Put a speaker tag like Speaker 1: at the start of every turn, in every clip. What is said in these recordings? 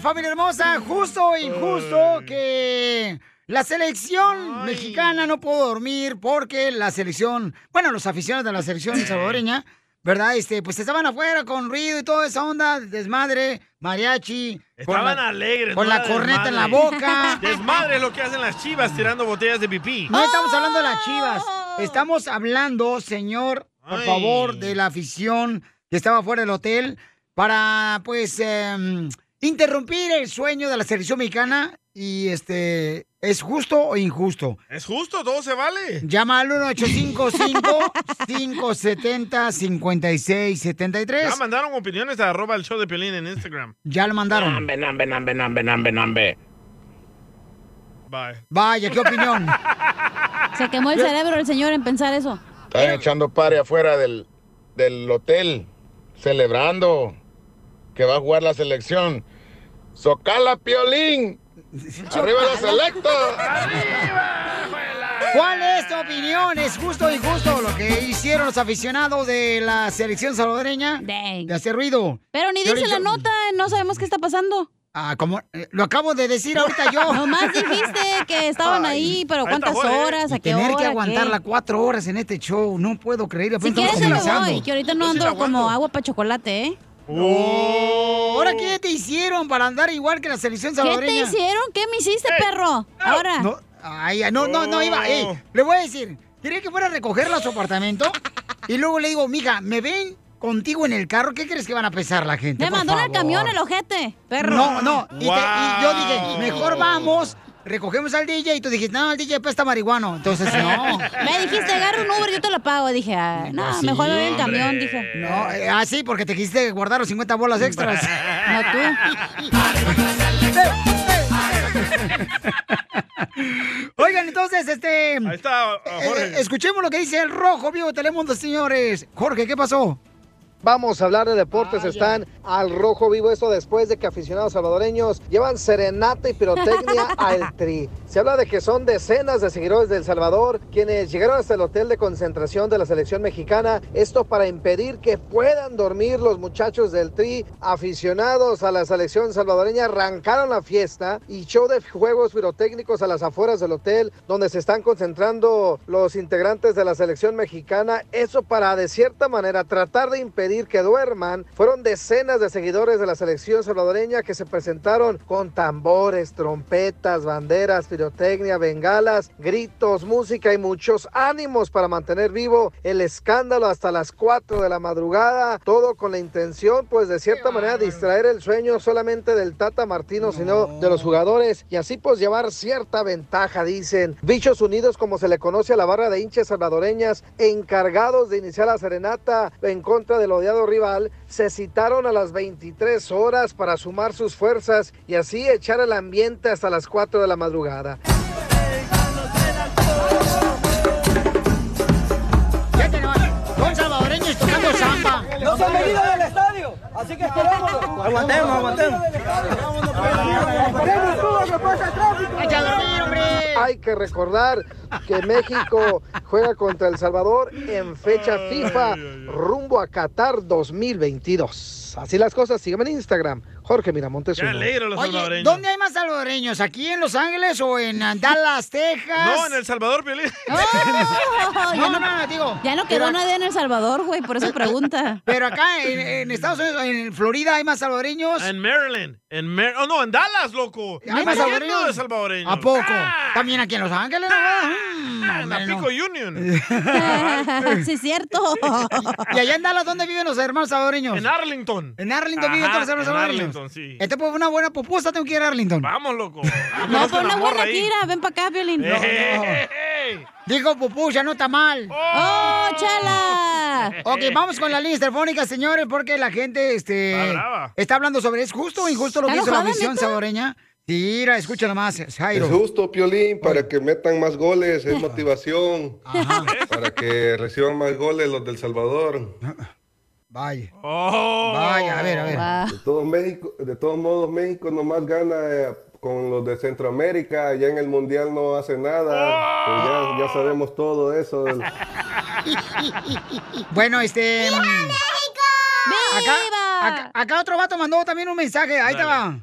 Speaker 1: familia hermosa, justo e injusto que la selección mexicana no pudo dormir porque la selección, bueno, los aficionados de la selección salvadoreña, ¿verdad? Este, pues estaban afuera con ruido y toda esa onda, desmadre, mariachi. con
Speaker 2: Estaban
Speaker 1: la-
Speaker 2: alegres.
Speaker 1: Con
Speaker 2: no
Speaker 1: la
Speaker 2: era
Speaker 1: corneta en la
Speaker 2: desmadre.
Speaker 1: boca.
Speaker 2: Desmadre lo que hacen las chivas tirando botellas de pipí.
Speaker 1: No estamos hablando de las chivas. Estamos hablando, señor, por
Speaker 2: Ah. Ay.
Speaker 1: favor, de la afición que estaba fuera del hotel para, pues, em, interrumpir el sueño de la selección mexicana. Y este, ¿es justo o injusto?
Speaker 2: Es justo, todo se vale.
Speaker 1: Llama al 1855-570-5673.
Speaker 2: Ya mandaron opiniones a arroba el show de Piolín en Instagram.
Speaker 1: Ya lo mandaron.
Speaker 3: Nambe, nambe, nambe, nambe, nambe, nambe.
Speaker 2: Bye.
Speaker 1: Vaya, ¿qué opinión?
Speaker 4: Se quemó el cerebro el señor en pensar eso.
Speaker 5: Están echando pare afuera del, del hotel, celebrando que va a jugar la selección. Socala Piolín. Arriba la selecta.
Speaker 1: ¿Cuál es tu opinión? ¿Es justo o injusto lo que hicieron los aficionados de la selección salvadoreña? De hacer ruido.
Speaker 4: Pero ni
Speaker 1: Yo
Speaker 4: dice
Speaker 1: le-
Speaker 4: la nota, no sabemos qué está pasando.
Speaker 1: Ah, como eh, lo acabo de decir ahorita yo.
Speaker 4: Nomás dijiste que estaban ahí, pero ¿cuántas horas? ¿A
Speaker 1: ¿eh? Y
Speaker 4: qué
Speaker 1: tener que
Speaker 4: hora?
Speaker 1: aguantar
Speaker 4: ¿Qué?
Speaker 1: las cuatro horas en este show. No puedo creer.
Speaker 4: Si
Speaker 1: apenas
Speaker 4: quieres, yo
Speaker 1: estamos
Speaker 4: me voy,
Speaker 1: comenzando.
Speaker 4: que ahorita no ando como agua para chocolate, ¿eh?
Speaker 1: Oh, ¿Ahora qué te hicieron para andar igual que la selección
Speaker 4: ¿Qué
Speaker 1: salvadoreña? Eh.
Speaker 4: te hicieron? ¿Qué me hiciste, perro? Ahora.
Speaker 1: No, ay, ay, no, no, no iba. ey, le voy a decir, quería que fuera a recogerla a su apartamento. Y luego le digo, mija, ¿me ven contigo en el carro? ¿Qué crees que van a pesar la gente?
Speaker 4: Te
Speaker 1: Por
Speaker 4: mandó en el
Speaker 1: favor.
Speaker 4: camión el ojete, perro.
Speaker 1: No, no. Y, te- y yo dije,
Speaker 4: Wow.
Speaker 1: mejor vamos, recogemos al DJ. Y tú dijiste, no, el DJ pesta marihuano. Entonces, no.
Speaker 4: Me dijiste, agarra un Uber, yo te lo pago. Dije, ah, no,
Speaker 1: Pues sí.
Speaker 4: mejor me voy en camión, dije.
Speaker 1: No, eh, ah, sí, porque te quisiste guardar los 50 bolas extras.
Speaker 4: No,
Speaker 1: Oigan, entonces, este. Ahí
Speaker 2: está, ah,
Speaker 6: Jorge.
Speaker 1: escuchemos lo que dice el rojo vivo de Telemundo, señores. Jorge, ¿qué pasó?
Speaker 6: Vamos a hablar de deportes, están al rojo vivo eso después de que aficionados salvadoreños llevan serenata y pirotecnia al tri. Se habla de que son decenas de seguidores de El Salvador quienes llegaron hasta el hotel de concentración de la selección mexicana, esto para impedir que puedan dormir los muchachos del tri. Aficionados a la selección salvadoreña arrancaron la fiesta y show de juegos pirotécnicos a las afueras del hotel donde se están concentrando los integrantes de la selección mexicana. Eso para de cierta manera tratar de impedir que duerman. Fueron decenas de seguidores de la selección salvadoreña que se presentaron con tambores, trompetas, banderas, pirotecnia, bengalas, gritos, música y muchos ánimos para mantener vivo el escándalo hasta las 4 de la madrugada. Todo con la intención, pues de cierta manera, distraer el sueño solamente del Tata Martino, sino de los jugadores y así pues llevar cierta ventaja, dicen. Bichos Unidos, como se le conoce a la barra de hinchas salvadoreñas, encargados de iniciar la serenata en contra del odiado rival, se citaron a las 23 horas para sumar sus fuerzas y así echar el ambiente hasta las 4 de la madrugada.
Speaker 1: Fíjate nomás, son salvadoreños tocando samba.
Speaker 7: No se han venido del estadio, así que esperemos. Aguantemos, aguantemos.
Speaker 6: Hay que recordar que México juega contra El Salvador en fecha FIFA rumbo a Qatar 2022. Así las cosas, sígueme en Instagram, Jorge Miramontes. uno.
Speaker 1: Oye, ¿dónde hay más salvadoreños? ¿Aquí en Los Ángeles o en Dallas, Texas?
Speaker 2: No, en El Salvador, Piolín.
Speaker 4: Oh, ya
Speaker 1: no,
Speaker 4: no-
Speaker 1: no, no, digo.
Speaker 4: Ya no
Speaker 1: pero
Speaker 4: quedó
Speaker 1: ac-
Speaker 4: nadie en El Salvador, güey, por eso pregunta.
Speaker 1: Pero acá en, en Estados Unidos, en Florida, hay más salvadoreños.
Speaker 2: En Maryland. En Mar oh, no, en Dallas, loco.
Speaker 1: Hay más
Speaker 2: Está lleno
Speaker 1: salvadoreños.
Speaker 2: de salvadoreños.
Speaker 1: ¿A poco? También aquí en Los Ángeles, ¿no? Mm,
Speaker 2: Ah, en la Pico Union.
Speaker 4: sí, es cierto.
Speaker 1: ¿Y allá en Dallas dónde viven los hermanos salvadoreños?
Speaker 2: En Arlington.
Speaker 1: En Arlington viven todos los hermanos
Speaker 2: en
Speaker 1: salvadoreños.
Speaker 2: Arlington, sí.
Speaker 1: Este por una buena pupusa tengo que ir a Arlington.
Speaker 2: Vamos, loco.
Speaker 4: No,
Speaker 2: Conozco
Speaker 4: por una
Speaker 2: morra
Speaker 4: buena
Speaker 2: ahí.
Speaker 4: tira, ven para acá, Violín.
Speaker 2: Eh, eh,
Speaker 1: Digo pupusa, no está mal.
Speaker 4: ¡Oh, chala!
Speaker 1: Ok, vamos con las líneas telefónicas, señores, porque la gente este,
Speaker 2: Está brava.
Speaker 1: está hablando sobre es justo o injusto lo que
Speaker 8: ¿Está
Speaker 1: hizo la
Speaker 8: enojada,
Speaker 1: afición
Speaker 8: neta?
Speaker 1: salvadoreña. Tira, escucha nomás, Jairo.
Speaker 8: Es justo, Piolín, para que metan más goles, es motivación. Para que reciban más goles los del Salvador.
Speaker 1: Vaya. Vaya, a ver, a ver.
Speaker 8: De todos, México, de todos modos, México nomás gana eh, con los de Centroamérica. Ya en el Mundial no hace nada. Pues ya, ya sabemos todo eso. del-
Speaker 1: Bueno, este. ¡Viva México! Acá, acá, acá otro vato mandó también un mensaje. Ahí te va.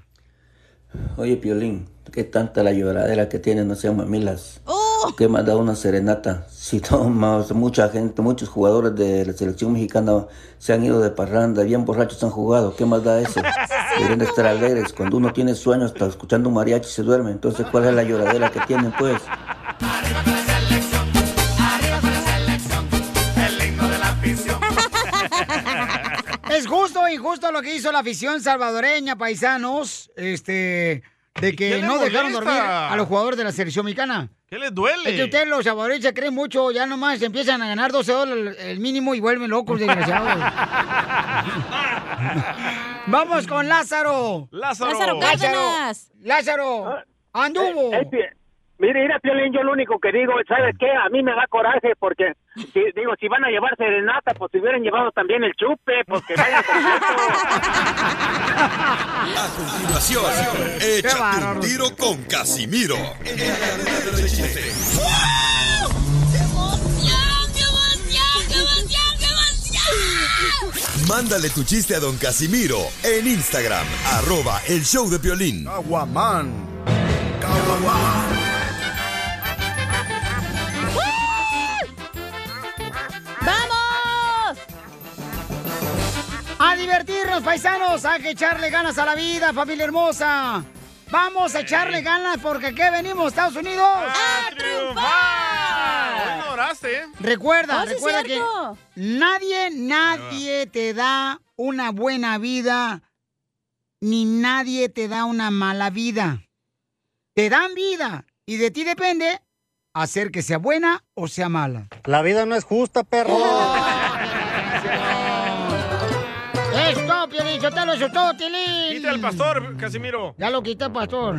Speaker 9: Oye, Piolín, qué tanta la lloradera que tiene, no sean mamilas. ¿Qué más da una serenata? Si no, más mucha gente, muchos jugadores de la selección mexicana se han ido de parranda, bien borrachos han jugado. ¿Qué más da eso? Deberían de estar alegres. Cuando uno tiene sueño, hasta escuchando un mariachi se duerme. Entonces, ¿cuál es la lloradera que tienen, pues?
Speaker 1: Es justo o injusto lo que hizo la afición salvadoreña, paisanos, este, de
Speaker 2: qué
Speaker 1: que
Speaker 2: le
Speaker 1: no dejaron
Speaker 2: molesta?
Speaker 1: dormir a los jugadores de la selección mexicana.
Speaker 2: ¿Qué les duele?
Speaker 1: Es que ustedes los salvadoreños se creen mucho, ya nomás empiezan a ganar 12 dólares el mínimo y vuelven locos, desgraciados. Vamos con Lázaro.
Speaker 2: Lázaro.
Speaker 4: Lázaro Cárdenas.
Speaker 1: Lázaro. Anduvo.
Speaker 10: Eh, eh, Mire, mira, Piolín, yo lo único que digo, ¿sabes qué? A mí me da coraje porque, si- digo, si van a llevar serenata, pues si hubieran llevado también el chupe, pues que vayan con
Speaker 11: A continuación, échate un tiro con Casimiro. Mándale tu chiste a don Casimiro en Instagram, arroba el show de Piolín. Aguaman.
Speaker 1: ¡Vamos! A divertirnos, paisanos. Hay que echarle ganas a la vida, familia hermosa. Vamos a echarle ganas porque aquí venimos, Estados Unidos.
Speaker 4: ¡Ah,
Speaker 1: ¡A
Speaker 2: Hoy no oraste, ¿eh?
Speaker 1: Recuerda,
Speaker 2: Oh, sí,
Speaker 1: recuerda que
Speaker 2: cierto.
Speaker 1: nadie, nadie te da una buena vida, ni nadie te da una mala vida. Te dan vida y de ti depende hacer que sea buena o sea mala. La vida no es justa, perro. Esto, Piolín, yo te lo soltó, Tilín.
Speaker 2: Quita al pastor, Casimiro.
Speaker 1: Ya lo quité, pastor.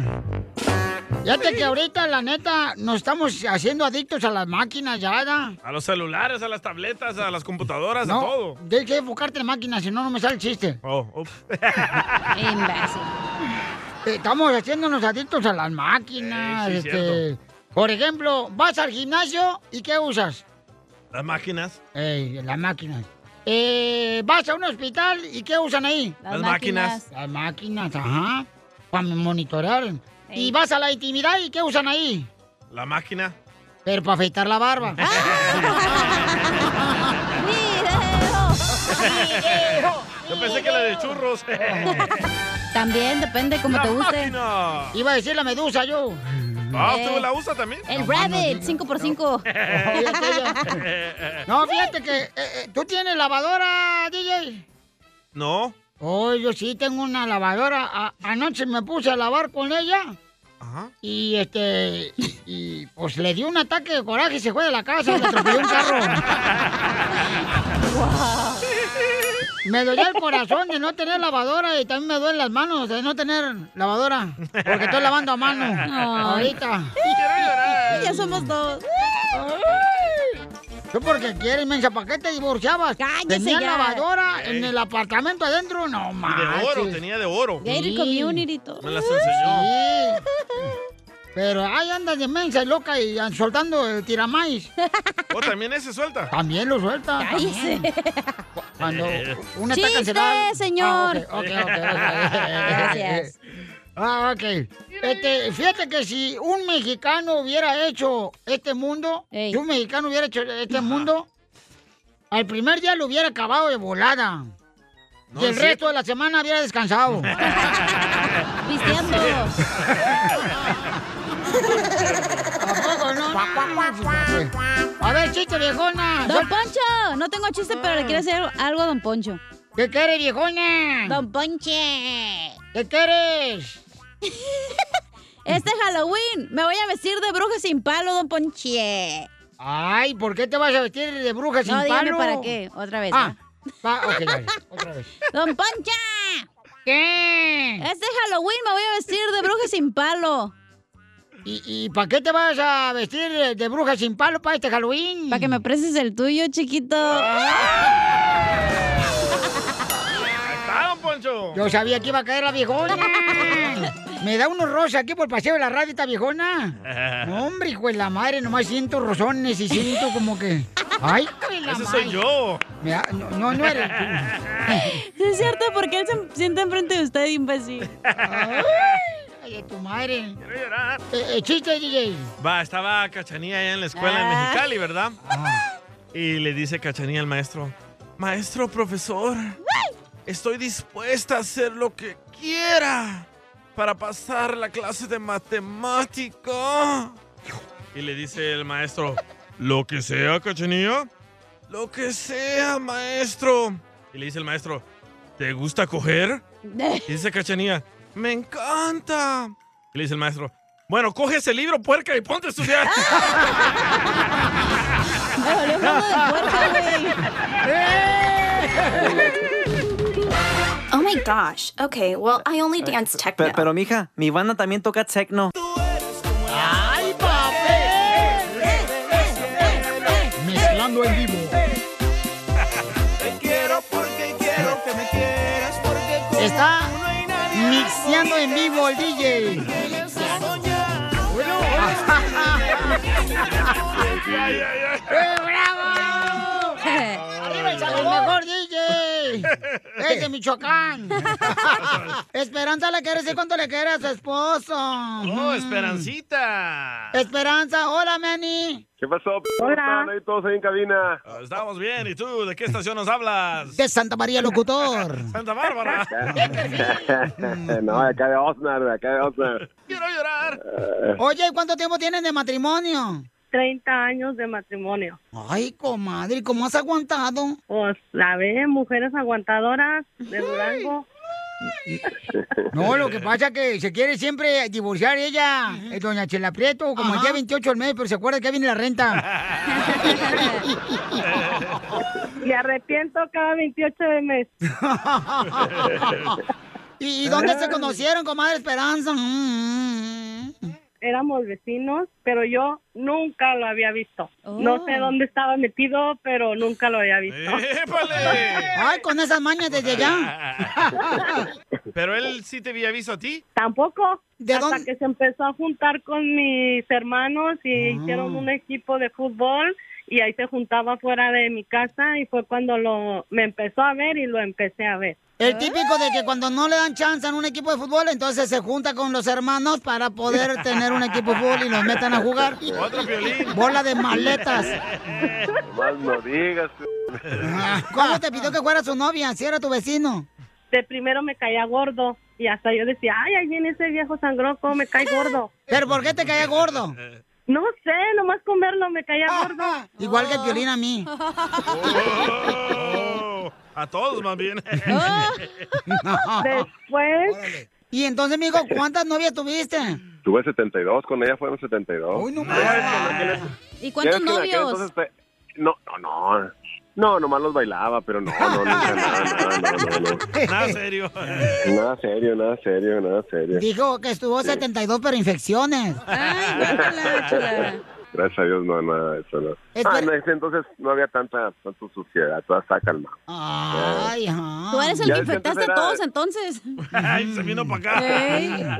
Speaker 1: Fíjate que ahorita, la neta, nos estamos haciendo adictos a las máquinas ya, ¿da?
Speaker 2: A los celulares, a las tabletas, a las computadoras, a todo.
Speaker 1: Tienes que enfocarte en máquinas, si no, no me sale el chiste.
Speaker 2: Oh, ups.
Speaker 1: Imbécil. Eh, Estamos haciéndonos adictos a las máquinas.
Speaker 2: Eh, sí,
Speaker 1: este,
Speaker 2: cierto.
Speaker 1: por ejemplo, vas al gimnasio y ¿qué usas?
Speaker 2: Las máquinas.
Speaker 1: Ey, las máquinas. Eh, vas a un hospital y ¿qué usan ahí?
Speaker 2: Las Las máquinas.
Speaker 1: Las máquinas, ajá. Para monitorear. Y vas a la intimidad y ¿qué usan ahí?
Speaker 2: La máquina.
Speaker 1: Pero para afeitar la barba.
Speaker 2: Yo pensé que la de churros.
Speaker 4: También depende cómo
Speaker 2: La
Speaker 4: te guste.
Speaker 2: máquina.
Speaker 1: Iba a decir la medusa yo.
Speaker 2: Ah, ¿usted la usa también?
Speaker 4: El rabbit, 5x5.
Speaker 1: No, fíjate que eh, eh, tú tienes lavadora, DJ.
Speaker 2: No.
Speaker 1: Oh, yo sí tengo una lavadora. A- anoche me puse a lavar con ella. Y este, y, y, pues le dio un ataque de coraje y se fue de la casa, le atropelló un carro. Me dolía el corazón de no tener lavadora y también me duelen las manos de no tener lavadora. Porque estoy lavando a mano.
Speaker 4: Ay.
Speaker 1: Ahorita.
Speaker 4: ya somos dos.
Speaker 1: Yo porque quieres, mensa, ¿para qué te divorciabas? Tenía
Speaker 4: ya.
Speaker 1: lavadora
Speaker 2: Ey.
Speaker 1: en el apartamento adentro, no
Speaker 2: Y
Speaker 1: más.
Speaker 2: de oro, tenía de oro.
Speaker 1: Sí.
Speaker 2: Me las enseñó.
Speaker 1: Sí. Pero ahí andas de mensa y loca y an- soltando el tiramais.
Speaker 2: Oh, también ese suelta.
Speaker 1: También lo suelta.
Speaker 2: Cállese.
Speaker 1: también. Cuando una
Speaker 2: Chiste,
Speaker 1: está cancelada.
Speaker 4: señor.
Speaker 1: Ah, eh, ok, ok, ok, ok. Gracias. Ah, ok. Este, fíjate que si un mexicano hubiera hecho este mundo, si un mexicano hubiera hecho este mundo, al primer día lo hubiera acabado de volada.
Speaker 2: No,
Speaker 1: y el
Speaker 2: es
Speaker 1: resto de la semana hubiera descansado.
Speaker 4: Pisteando.
Speaker 1: Tampoco, no, A ver, chiste, viejona.
Speaker 4: Don Poncho, no tengo chiste, pero le quiero hacer algo a Don Poncho.
Speaker 1: ¿Qué quiere, viejona?
Speaker 4: Don Ponche.
Speaker 1: ¿Qué quieres?
Speaker 4: Este Halloween me voy a vestir de bruja sin palo, Don Ponche.
Speaker 1: Ay, ¿por qué te vas a vestir de bruja sin
Speaker 4: no, dígame
Speaker 1: palo?
Speaker 4: para qué, otra vez.
Speaker 1: Ah,
Speaker 4: ¿no?
Speaker 1: va, ok, dale, otra vez.
Speaker 4: Don Poncha.
Speaker 1: ¿Qué?
Speaker 4: Este Halloween me voy a vestir de bruja sin palo.
Speaker 1: ¿Y, para qué te vas a vestir de bruja sin palo para este Halloween?
Speaker 4: Para que me prestes el tuyo, chiquito.
Speaker 2: Ah, don Poncho.
Speaker 1: Yo sabía que iba a caer la viejona. Me da unos rosas aquí por el paseo de la radio esta viejona. No, hombre, hijo de la madre, nomás siento rosones y siento como que... Ay, hijo de la
Speaker 2: Ese
Speaker 1: madre.
Speaker 2: soy yo.
Speaker 1: Me da- No, no, no eres tú.
Speaker 4: Sí, es cierto, porque él se sienta enfrente de usted, imbécil.
Speaker 1: Ay, tu madre.
Speaker 2: Quiero llorar.
Speaker 1: Eh, eh, chiste, DJ.
Speaker 2: Va, estaba Cachanía allá en la escuela en
Speaker 1: Ah.
Speaker 2: Mexicali, ¿verdad? Y le dice Cachanía al maestro, maestro, profesor, estoy dispuesta a hacer lo que quiera para pasar la clase de matemática. Y le dice el maestro, lo que sea, Cachanía, lo que sea, maestro. Y le dice el maestro, ¿te gusta coger? Y dice Cachanía, me encanta. Y le dice el maestro, bueno, coge ese libro, puerca, y ponte a estudiar.
Speaker 4: Me dolió un poco de puerco,
Speaker 12: güey. Oh my gosh. Okay, well, I only dance techno.
Speaker 13: Pero, mija, mi banda también toca techno.
Speaker 1: ¡Ay, papel! Mezclando en vivo.
Speaker 14: Te quiero porque quiero que me quieras porque
Speaker 1: Está mixeando en vivo el DJ. ¡Eh, bravo! ¡Arriba El Salvador, mejor DJ! ¡Es de Michoacán! Esperanza le quiere decir cuánto le quiere a su esposo.
Speaker 2: ¡Oh, Esperancita!
Speaker 1: Esperanza, hola, Manny.
Speaker 15: ¿Qué pasó? p-? ¿Cómo están ahí todos ahí en cabina?
Speaker 2: Ah, Estamos bien, ¿y tú? ¿De qué estación nos hablas?
Speaker 1: De Santa María Locutor.
Speaker 2: Santa Bárbara.
Speaker 15: no, de acá de Osnar, de acá de Osnar. Eh.
Speaker 2: Quiero llorar.
Speaker 1: Oye, ¿cuánto tiempo tienen de matrimonio?
Speaker 16: 30 años de matrimonio.
Speaker 1: Ay, comadre, ¿cómo has aguantado?
Speaker 16: Pues, la ve, mujeres aguantadoras de Durango.
Speaker 1: No, lo que pasa es que se quiere siempre divorciar ella, eh, doña Chela Prieto, como el día 28 del mes, pero se acuerda que viene la renta.
Speaker 16: Me arrepiento cada 28 de mes.
Speaker 1: ¿Y, y dónde se conocieron, comadre Esperanza? Mm,
Speaker 16: Éramos vecinos, pero yo nunca lo había visto. No
Speaker 1: Oh.
Speaker 16: sé dónde estaba metido, pero nunca lo había visto.
Speaker 1: Ay, con esas mañas desde allá.
Speaker 2: Pero él sí te había visto a ti.
Speaker 16: Tampoco. hasta que se empezó a juntar con mis hermanos
Speaker 1: Ah.
Speaker 16: y hicieron un equipo de fútbol y ahí se juntaba fuera de mi casa y fue cuando lo me empezó a ver y lo empecé a ver.
Speaker 1: El típico de que cuando no le dan chance en un equipo de fútbol, entonces se junta con los hermanos para poder tener un equipo de fútbol y los metan a jugar.
Speaker 2: Otro violín.
Speaker 1: Bola de maletas.
Speaker 15: Más no digas.
Speaker 1: ¿Cómo te pidió que fuera su novia? Si era tu vecino.
Speaker 16: Ah. De primero me caía gordo y hasta yo decía, ay, ahí viene ese viejo sangroco, me cae gordo.
Speaker 1: ¿Pero por qué te caía gordo? Ah,
Speaker 16: No sé, nomás con verlo me caía gordo.
Speaker 1: Igual que el violín a mí.
Speaker 2: Oh, A todos más bien. Oh.
Speaker 1: Después. Y entonces, amigo, ¿cuántas novias tuviste?
Speaker 15: Tuve 72, con ella fueron 72. Uy, no
Speaker 4: ¿Y
Speaker 15: Ya
Speaker 4: cuántos
Speaker 15: ves que en aquel entonces,
Speaker 4: novios?
Speaker 15: pe- no, no, no. No, nomás los bailaba, pero no, no, nunca, nada, nada, no, no, no.
Speaker 2: Nada serio.
Speaker 15: Nada serio, nada serio, nada serio.
Speaker 1: Dijo que estuvo 72, pero infecciones.
Speaker 15: Gracias a Dios, no, nada de eso,
Speaker 1: Eh,
Speaker 15: no. Ah,
Speaker 1: Espera.
Speaker 15: en ese entonces no había tanta, tanta suciedad, toda estaba calmada.
Speaker 1: Ay, ajá.
Speaker 4: Tú eres el
Speaker 15: Ya
Speaker 4: que
Speaker 15: ves que antes
Speaker 4: infectaste a
Speaker 15: era-
Speaker 4: todos entonces.
Speaker 2: Ay, se vino para
Speaker 4: Ey.
Speaker 2: acá.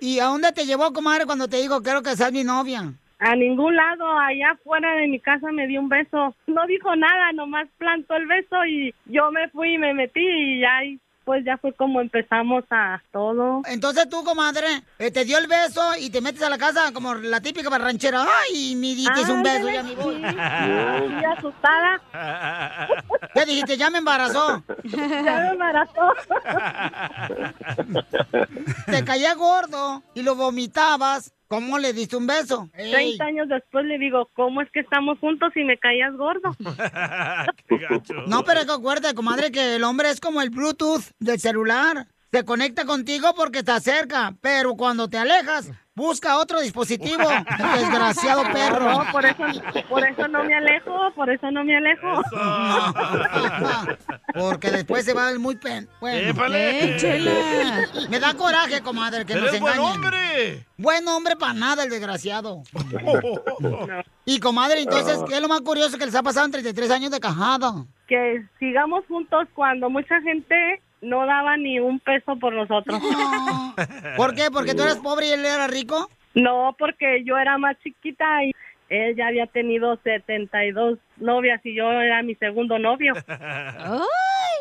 Speaker 1: ¿Y a dónde te llevó, comadre, cuando te digo, quiero que seas mi novia?
Speaker 16: A ningún lado, allá fuera de mi casa me dio un beso. No dijo nada, nomás plantó el beso y yo me fui y me metí y ya, ahí, pues ya fue como empezamos a todo.
Speaker 1: Entonces tú, comadre, eh, te dio el beso y te metes a la casa como la típica barranchera. Ay, mi di, te hice un beso, ya me voy.
Speaker 16: Y asustada.
Speaker 1: ¿Qué dijiste? Ya me embarazó.
Speaker 16: Ya me embarazó.
Speaker 1: Te caía gordo y lo vomitabas. ¿Cómo le diste un beso? Ey.
Speaker 16: 30 años después le digo, ¿cómo es que estamos juntos y me caías gordo?
Speaker 1: No, pero es que acuérdate, comadre, que el hombre es como el Bluetooth del celular. Se conecta contigo porque está cerca, pero cuando te alejas, busca otro dispositivo. Desgraciado perro.
Speaker 16: No, por eso, por eso no me alejo, por eso no me alejo.
Speaker 1: Porque después se va el muy pen. Bueno.
Speaker 16: ¡Épale! Eh, chela.
Speaker 1: Me da coraje, comadre, que
Speaker 14: Eres
Speaker 1: nos
Speaker 14: buen
Speaker 1: engañen. hombre! Buen hombre para nada, el desgraciado. Y, comadre, entonces, ¿qué es lo más curioso que les ha pasado en 33 años de cajada?
Speaker 16: Que sigamos juntos cuando mucha gente no daba ni un peso por nosotros.
Speaker 1: ¿Por qué? ¿Porque tú eras pobre y él era rico?
Speaker 16: No, porque yo era más chiquita y él ya había tenido 72 novias y yo era mi segundo novio.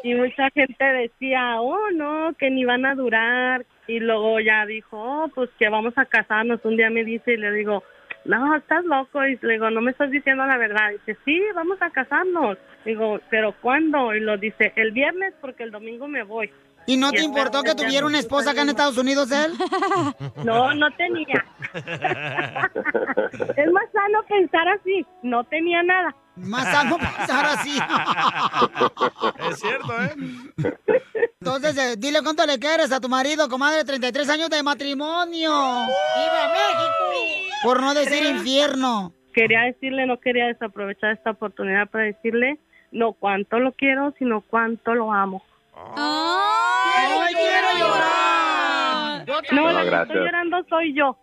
Speaker 16: y mucha gente decía, oh, no, que ni van a durar. Y luego ya dijo, oh, pues que vamos a casarnos. Un día me dice y le digo, no, estás loco. Y le digo, no me estás diciendo la verdad. Y dice, sí, vamos a casarnos. Digo, pero ¿cuándo? Y lo dice, el viernes porque el domingo me voy.
Speaker 1: ¿Y no te importó que tuviera una esposa acá en Estados Unidos él?
Speaker 16: No, no tenía. Es más sano pensar así. No tenía nada.
Speaker 1: Más sano pensar así.
Speaker 14: Es cierto, ¿eh?
Speaker 1: Entonces, eh, dile cuánto le quieres a tu marido, comadre, 33 años de matrimonio. ¡Viva México! Por no decir infierno.
Speaker 16: Quería decirle, no quería desaprovechar esta oportunidad para decirle no cuánto lo quiero, sino cuánto lo amo.
Speaker 1: ¡Ay, quiero llorar!
Speaker 15: No,
Speaker 16: No, la que estoy
Speaker 15: gracias.
Speaker 16: llorando soy yo.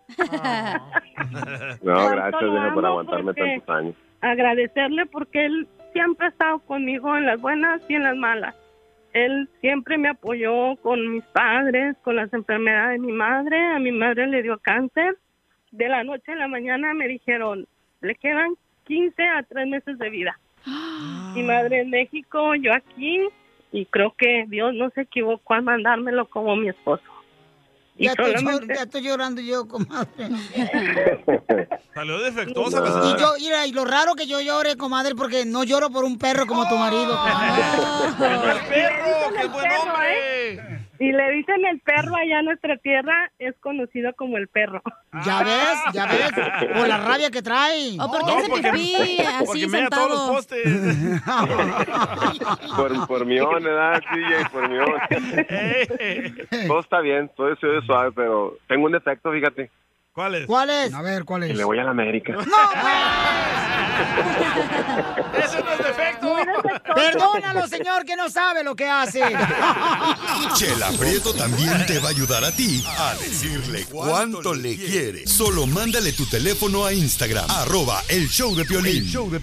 Speaker 15: No,
Speaker 16: Tanto
Speaker 15: gracias,
Speaker 16: lo
Speaker 15: vieja, por
Speaker 16: amo
Speaker 15: aguantarme
Speaker 16: porque-
Speaker 15: tantos años.
Speaker 16: agradecerle porque él siempre ha estado conmigo en las buenas y en las malas. Él siempre me apoyó con mis padres, con las enfermedades de mi madre. A mi madre le dio cáncer. De la noche a la mañana me dijeron, le quedan 15 a 3 meses de vida. Mi madre en México, yo aquí, y creo que Dios no se equivocó al mandármelo como mi esposo. Y
Speaker 1: Ya estoy, llor-
Speaker 16: solamente-
Speaker 1: ya estoy llorando yo, comadre.
Speaker 14: Salió defectuosa la
Speaker 1: Y
Speaker 14: señora.
Speaker 1: yo, mira, y lo raro que yo llore, comadre, porque no lloro por un perro como tu marido.
Speaker 16: Ah.
Speaker 1: comadre.
Speaker 14: perro,
Speaker 16: qué buen
Speaker 1: ¿eh?
Speaker 16: hombre. Y le dicen el perro allá en nuestra tierra, es conocido como el perro.
Speaker 1: ¿Ya ves? ¿Ya ves? Por la rabia que trae.
Speaker 17: ¿O por qué hace pipí así sentado?
Speaker 15: Por, por mi on, ¿verdad? Sí, Jay, por mi on. Todo está bien, todo soy de suave, pero tengo un defecto, fíjate.
Speaker 14: ¿Cuál es?
Speaker 1: ¿Cuál es? pues. A ver, ¿cuál
Speaker 15: Que
Speaker 1: es?
Speaker 15: le voy a la América.
Speaker 14: ¡Eso no es defecto!
Speaker 1: Perdónalo, señor, que no sabe lo que hace.
Speaker 11: Chela Prieto también te va a ayudar a ti a decirle cuánto le quiere. Solo mándale tu teléfono a Instagram, arroba el show de Piolín.
Speaker 18: El
Speaker 11: show de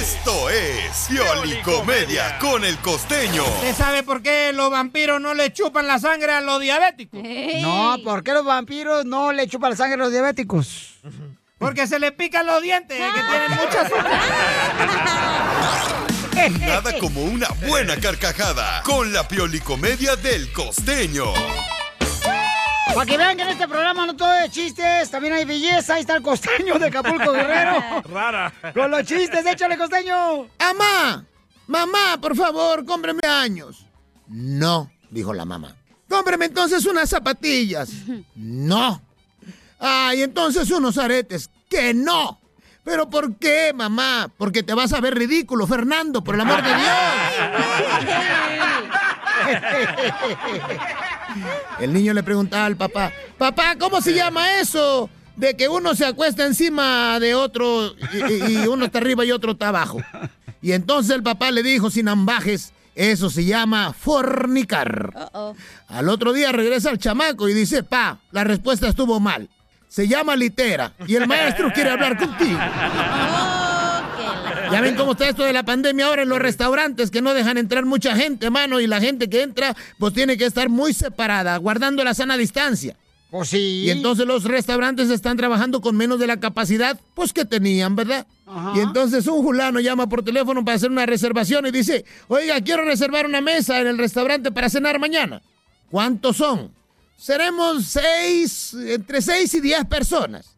Speaker 11: Esto es Pioli Comedia con el costeño.
Speaker 18: ¿Usted sabe por qué los vampiros no le chupan la sangre a los diabéticos?
Speaker 1: No, ¿por qué los vampiros no le chupan la sangre a los diabéticos?
Speaker 18: Porque se le pican los dientes, que tienen mucha azúcar.
Speaker 11: Nada como una buena carcajada con la Pioli Comedia del costeño.
Speaker 1: Para que vean que en este programa no todo es chistes, también hay belleza. Ahí está el costeño de Acapulco Guerrero.
Speaker 14: Rara.
Speaker 1: Con los chistes, échale costeño.
Speaker 19: ¡Amá! ¡Mamá, por favor, cómprame años! No, dijo la mamá. Cómprame entonces unas zapatillas. No. Ay, entonces unos aretes. Que no. Pero ¿por qué, mamá? Porque te vas a ver ridículo, Fernando, por el amor de Dios. El niño le preguntaba al papá, papá, ¿cómo se llama eso? De que uno se acuesta encima de otro y, y- y uno está arriba y otro está abajo. Y entonces el papá le dijo sin ambajes, eso se llama fornicar. Al otro día regresa el chamaco y dice, pa, la respuesta estuvo mal. Se llama litera y el maestro quiere hablar contigo. Ya ven cómo está esto de la pandemia ahora en los restaurantes que no dejan entrar mucha gente, mano, y la gente que entra pues tiene que estar muy separada, guardando la sana distancia.
Speaker 1: Pues sí.
Speaker 19: Y entonces los restaurantes están trabajando con menos de la capacidad pues que tenían, ¿verdad? Y entonces un fulano llama por teléfono para hacer una reservación y dice, oiga, quiero reservar una mesa en el restaurante para cenar mañana. ¿Cuántos son? Seremos seis, entre seis y diez personas,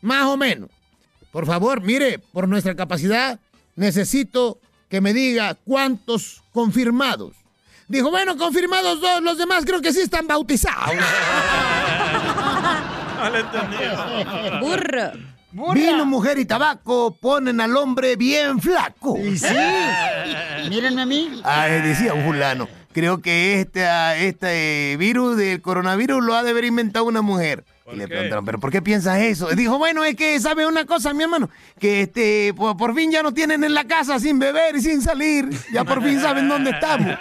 Speaker 19: más o menos. Por favor, mire, por nuestra capacidad, necesito que me diga cuántos confirmados. Dijo, bueno, confirmados dos, los demás creo que sí están bautizados.
Speaker 14: No le entendí.
Speaker 19: Vino, mujer y tabaco ponen al hombre bien flaco.
Speaker 1: Y sí. Mírenme a mí.
Speaker 19: Ay, decía un fulano, creo que esta- este eh, virus del coronavirus lo ha de haber inventado una mujer. Y le preguntaron, ¿pero por qué piensas eso? Y dijo, bueno, es que, ¿sabe una cosa, mi hermano? Que este, por, por fin ya nos tienen en la casa sin beber y sin salir. Ya por fin saben dónde estamos.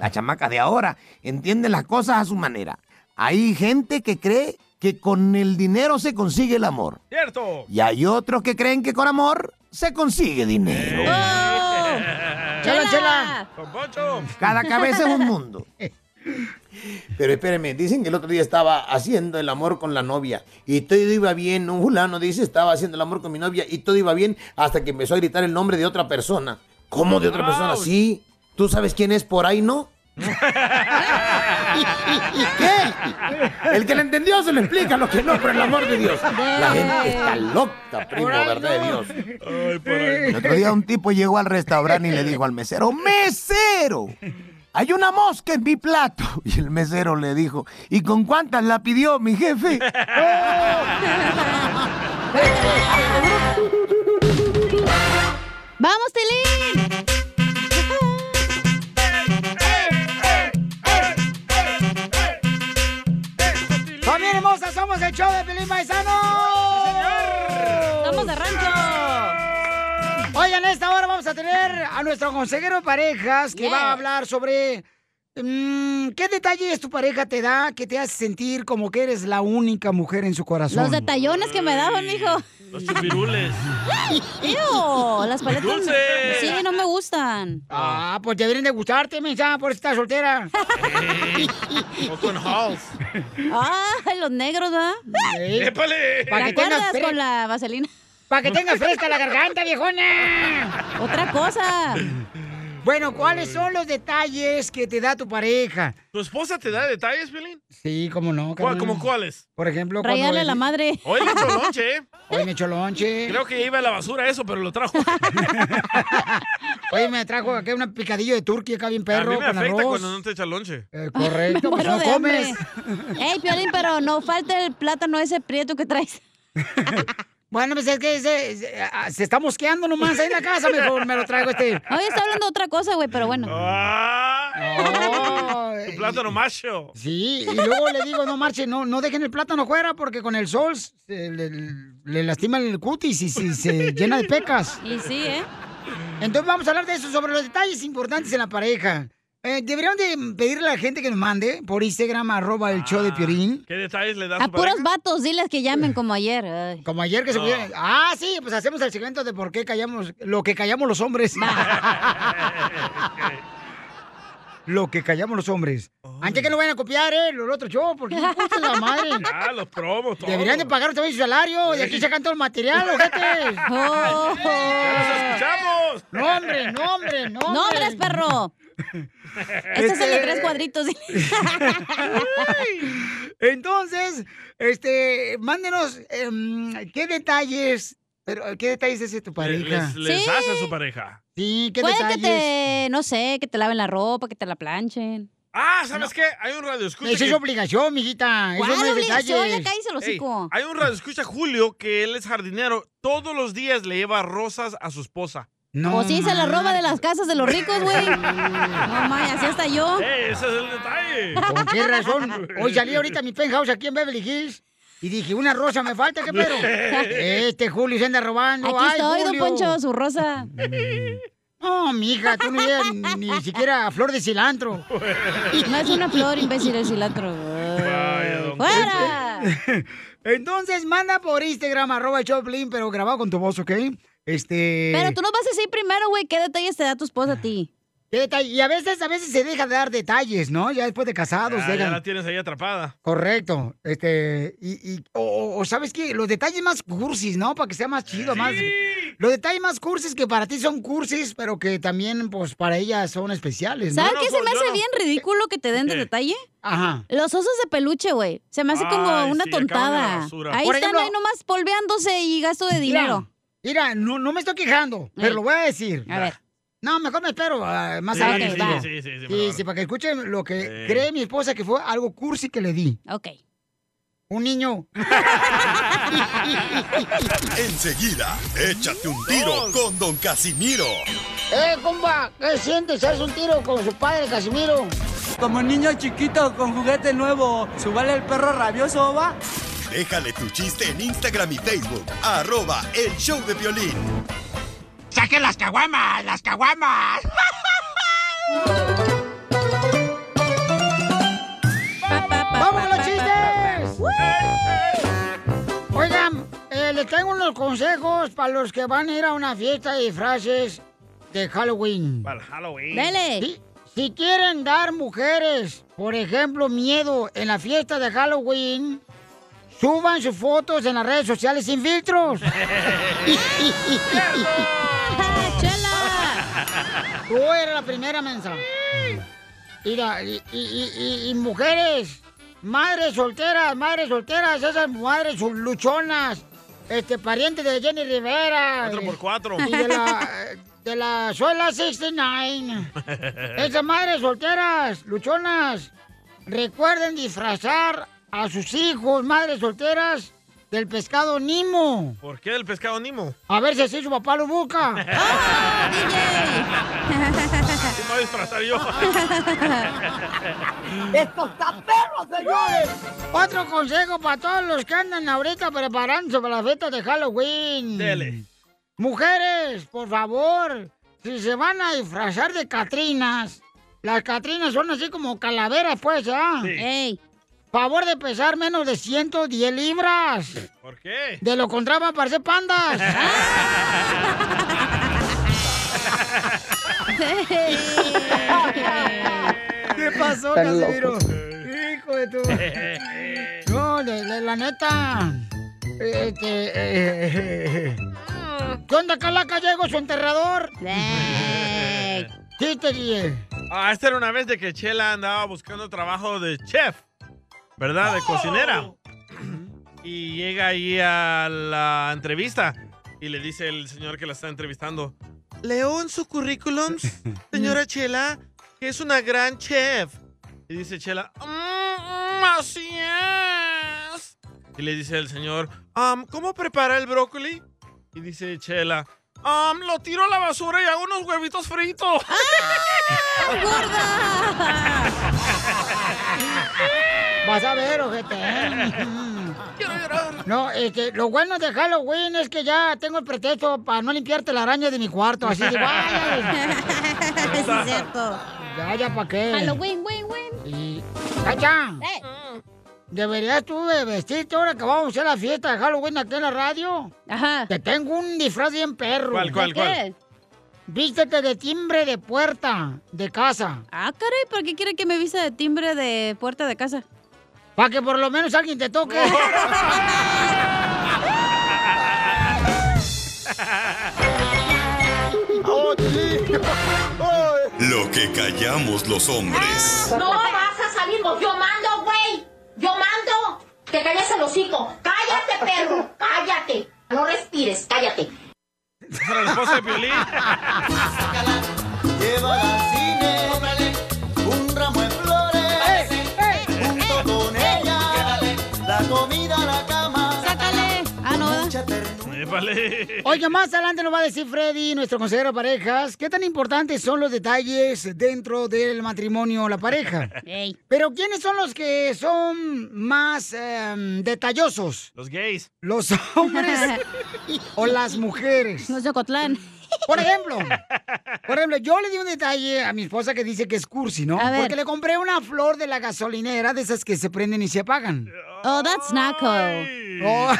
Speaker 19: Las chamacas de ahora entienden las cosas a su manera. Hay gente que cree que con el dinero se consigue el amor.
Speaker 14: ¡Cierto!
Speaker 19: Y hay otros que creen que con amor se consigue
Speaker 4: Oh.
Speaker 19: dinero.
Speaker 14: Eh.
Speaker 1: Chela, chela.
Speaker 14: ¡Con Poncho!
Speaker 19: Cada cabeza es un mundo. Pero espérenme, dicen que el otro día estaba haciendo el amor con la novia y todo iba bien. Un fulano dice, estaba haciendo el amor con mi novia y todo iba bien hasta que empezó a gritar el nombre de otra persona. ¿Cómo de otra persona? Sí. ¿Tú sabes quién es por ahí, no? ¿Qué? El que le entendió se lo explica, lo que no, por el amor de Dios. La gente está loca, primo, verdad de Dios. El otro día un tipo llegó al restaurante y le dijo al mesero, ¡Mesero! Hay una mosca en mi plato. Y el mesero le dijo, ¿y con cuántas la pidió mi jefe?
Speaker 4: ¡Vamos, Telín!
Speaker 1: ¡Familia hermosa! ¡Somos el show de Pelín Paisano! ¡Señor!
Speaker 4: ¡Somos de rancho!
Speaker 1: Oigan, a esta hora vamos a tener a nuestro consejero de parejas que va a hablar sobre mm, qué detalles tu pareja te da que te hace sentir como que eres la única mujer en su corazón.
Speaker 4: Los detallones que me daban, mijo.
Speaker 2: Los chupirules.
Speaker 4: ¡Ew! Las paletas.
Speaker 2: Dulce.
Speaker 4: Sí, no me gustan.
Speaker 1: Ah, pues deberían de gustarte, mensa, por estar soltera.
Speaker 2: O con Halls.
Speaker 4: Ah, los negros, ¿verdad?
Speaker 2: ¡Épale!
Speaker 4: ¿Te acuerdas con la vaselina?
Speaker 1: Para que tengas fresca la garganta, viejona.
Speaker 4: Otra cosa.
Speaker 1: Bueno, ¿cuáles son los detalles que te da tu pareja?
Speaker 2: ¿Tu esposa te da detalles, Pelín?
Speaker 1: Sí, cómo no.
Speaker 2: ¿Cuál-
Speaker 1: carnal.
Speaker 2: ¿Cómo cuáles?
Speaker 1: Por ejemplo, cuando
Speaker 4: Rayarle
Speaker 1: él-
Speaker 4: la madre.
Speaker 2: Hoy le echó lonche, ¿eh?
Speaker 1: Hoy me echó lonche.
Speaker 2: Creo que iba a la basura eso, pero lo trajo.
Speaker 1: Hoy me trajo acá un picadillo de turquía acá bien
Speaker 2: a
Speaker 1: perro
Speaker 2: mí me
Speaker 1: con
Speaker 2: afecta
Speaker 1: arroz.
Speaker 2: cuando no te echa lonche.
Speaker 1: Correcto, pues
Speaker 4: Muero
Speaker 1: no
Speaker 4: de
Speaker 1: comes.
Speaker 4: hambre. Ey, Piolín, pero no falta el plátano ese prieto que traes.
Speaker 1: Bueno, pues es que ese- se, ah, se está mosqueando nomás ahí en la casa, mejor me lo traigo este.
Speaker 4: Hoy está hablando de otra cosa, güey, pero bueno.
Speaker 2: Tu plátano macho.
Speaker 1: Sí, y luego le digo, no marche, no, no dejen el plátano fuera porque con el sol se le, le lastima el cutis y se, se llena de pecas.
Speaker 4: Y sí, ¿eh?
Speaker 1: Entonces vamos a hablar de eso, sobre los detalles importantes en la pareja. Eh, deberían de pedirle a la gente que nos mande por Instagram, arroba el show de
Speaker 2: Ah.
Speaker 1: Piorín.
Speaker 2: ¿Qué detalles le das a
Speaker 4: A
Speaker 2: tu pareja?
Speaker 4: puros vatos, diles que llamen como ayer. Ay.
Speaker 1: Como ayer que se
Speaker 4: No.
Speaker 1: pusieron- Ah, sí, pues hacemos el segmento de por qué callamos, lo que callamos los hombres.
Speaker 4: Ah.
Speaker 1: lo que callamos los hombres. Antes que no vayan a copiar, eh, los otros yo, porque no escuchan la madre.
Speaker 2: Ah, los promos, todo.
Speaker 1: Deberían de pagar también su salario, de aquí sacan todo el material, ojete.
Speaker 4: Oh.
Speaker 2: escuchamos!
Speaker 1: No, hombre, no, hombre, no.
Speaker 4: Nombres, perro. Este es el de tres cuadritos.
Speaker 1: Entonces, este, mándenos em, qué detalles, pero qué detalles hace tu pareja.
Speaker 2: Les, les
Speaker 4: Sí.
Speaker 2: das a su pareja.
Speaker 1: Sí, qué
Speaker 4: Puede
Speaker 1: detalles.
Speaker 4: que te, no sé, que te laven la ropa, que te la planchen.
Speaker 2: Ah, ¿sabes qué? Hay un radio escucha.
Speaker 1: Esa es obligación, mijita. Eso
Speaker 4: ¿Cuál
Speaker 1: no es
Speaker 4: obligación?
Speaker 1: detalle.
Speaker 4: Ya cállese el hocico.
Speaker 2: hay un radio escucha Julio que él es jardinero. Todos los días le lleva rosas a su esposa.
Speaker 1: No.
Speaker 4: o sí, se la roba de las casas de los ricos, güey. No, may, así hasta yo.
Speaker 2: ¡Eh, ese es el detalle!
Speaker 1: ¿Con qué razón? Hoy salí ahorita a mi penthouse aquí en Beverly Hills y dije, una rosa me falta, ¿qué pedo? Este Julio se anda robando.
Speaker 4: Aquí
Speaker 1: Ay,
Speaker 4: estoy, don
Speaker 1: Julio. Mm.
Speaker 4: Poncho, su rosa.
Speaker 1: No, mija, tú no llegas ni, ni siquiera a flor de cilantro.
Speaker 4: No es una flor, imbécil, el cilantro. ¡Fuera!
Speaker 1: Entonces, manda por Instagram, arroba el Choplin, pero grabado con tu voz, ¿ok? Este...
Speaker 4: Pero tú nos vas a decir primero, güey, qué detalles te da tu esposa a ti.
Speaker 1: ¿Qué detalle? Y a veces, a veces se deja de dar detalles, ¿no? Ya después de casados,
Speaker 2: Ah, ya
Speaker 1: dejan-
Speaker 2: la tienes ahí atrapada.
Speaker 1: Correcto. Este, y, y- o- o, o sabes qué, los detalles más cursis, ¿no? Para que sea más chido, más. Los detalles más cursis que para ti son cursis, pero que también, pues, para ella son especiales, ¿no?
Speaker 4: ¿Sabes qué se me hace bien ridículo que te den de detalle?
Speaker 1: Ajá.
Speaker 4: Los osos de peluche, güey. Se me hace como
Speaker 1: Ay,
Speaker 4: una
Speaker 1: sí, acaban en la
Speaker 4: tontada.
Speaker 1: basura.
Speaker 4: Ahí
Speaker 1: Por
Speaker 4: están,
Speaker 1: ejemplo-
Speaker 4: ahí nomás polveándose y gasto de dinero.
Speaker 1: Mira, mira, no, no me estoy quejando, pero lo voy a decir.
Speaker 4: Eh, A ver.
Speaker 1: No, mejor me espero ah, más
Speaker 4: Sí,
Speaker 1: adelante.
Speaker 4: sí,
Speaker 1: les digo.
Speaker 4: sí,
Speaker 2: sí, sí,
Speaker 1: sí, para que escuchen lo que cree mi esposa que fue algo cursi que le di.
Speaker 4: Ok.
Speaker 1: Un niño.
Speaker 11: Enseguida, échate un tiro con Don Casimiro.
Speaker 1: ¡Eh, compa! ¿Qué sientes? ¿Haces un tiro con su padre, Casimiro?
Speaker 7: Como niño chiquito con juguete nuevo, ¿subale el perro rabioso, va?
Speaker 11: Déjale tu chiste en Instagram y Facebook. Arroba el show de violín.
Speaker 14: ¡Saquen las caguamas! ¡Las caguamas!
Speaker 1: ¡Vamos con los chistes! Oigan, eh, les tengo unos consejos para los que van a ir a una fiesta de disfraces de Halloween.
Speaker 2: Para el Halloween.
Speaker 1: Si, si quieren dar mujeres, por ejemplo, miedo en la fiesta de Halloween, suban sus fotos en las redes sociales sin filtros.
Speaker 4: ¡Chela!
Speaker 1: Tú eres la primera mensa. Mira, y, y- y- y- y mujeres, madres solteras, madres solteras, esas madres son luchonas, este, parientes de Jenny Rivera.
Speaker 2: Cuatro por cuatro.
Speaker 1: Y de la, de la Suela 69. Esas madres solteras, luchonas, recuerden disfrazar a sus hijos, madres solteras, del pescado Nimo.
Speaker 2: ¿Por qué el pescado Nimo?
Speaker 1: A ver si así su papá lo busca.
Speaker 2: Así me voy a disfrazar yo.
Speaker 1: ¡Esto está perro, señores! Otro consejo para todos los que andan ahorita preparándose para la fiesta de Halloween.
Speaker 2: Dele.
Speaker 1: Mujeres, por favor, si se van a disfrazar de Catrinas, las Catrinas son así como calaveras, pues, ¿ah? Ey, favor de pesar menos de 110 libras.
Speaker 2: ¿Por qué?
Speaker 1: De lo contrario, van a parecer pandas. ¿Qué pasó,
Speaker 14: Están
Speaker 1: Casimiro?
Speaker 14: locos.
Speaker 1: Hijo de tu... No, de- de la neta. Este, eh, ¿Qué onda, Calaca? Llegó su enterrador. Sí, te guíe.
Speaker 2: Ah, esta era una vez de que Chela andaba buscando trabajo de chef, ¿verdad?
Speaker 1: Oh.
Speaker 2: De cocinera. Y llega ahí a la entrevista y le dice el señor que la está entrevistando. Leo en su currículum, señora Chela, que es una gran chef. Y dice Chela, "Mm, mm, así es. Y le dice el señor, "Am, ¿cómo prepara el brócoli? Y dice Chela, "Am, lo tiro a la basura y hago unos huevitos fritos.
Speaker 1: Ah. Vas a ver, ojete. ¿eh? No, este, lo bueno de Halloween es que ya tengo el pretexto para no limpiarte la araña de mi cuarto. Así que vaya.
Speaker 4: Sí, es cierto.
Speaker 1: Ya, ya, ¿para qué?
Speaker 4: Halloween, Eh. win, win.
Speaker 1: Eh. Y... ¡Cacha! ¿Deberías tú de vestirte ahora que vamos a hacer la fiesta de Halloween aquí en la radio? Ajá. Te tengo un disfraz bien perro.
Speaker 14: ¿Cuál, cuál, ¿De qué?
Speaker 1: Vístete de timbre de puerta de casa.
Speaker 4: Ah, caray, ¿por qué quiere que me vista de timbre de puerta de casa?
Speaker 1: Para que por lo menos alguien te toque.
Speaker 11: Lo que callamos los hombres.
Speaker 20: No vas a salir vos. Yo mando, güey. Yo mando. Te calles el hocico. Cállate, perro. Cállate. No respires. Cállate.
Speaker 2: Para la esposa de Piolín.
Speaker 14: Lleva al cine un ramo de flores. Junto con ella, la comida a la cama.
Speaker 4: Sácale. Ah, no.
Speaker 2: Épale.
Speaker 1: Oye, más adelante nos va a decir Freddy, nuestro consejero de parejas, qué tan importantes son los detalles dentro del matrimonio o la pareja. Pero ¿quiénes son los que son más em, detallosos?
Speaker 2: Los gays.
Speaker 1: ¿Los hombres o las mujeres? Los de Ocotlán. Por ejemplo, por ejemplo, yo le di un detalle a mi esposa que dice que es cursi, ¿no?
Speaker 4: A ver.
Speaker 1: Porque le compré una flor de la gasolinera, de esas que se prenden y se apagan.
Speaker 4: Oh, that's not cool.
Speaker 1: Oh,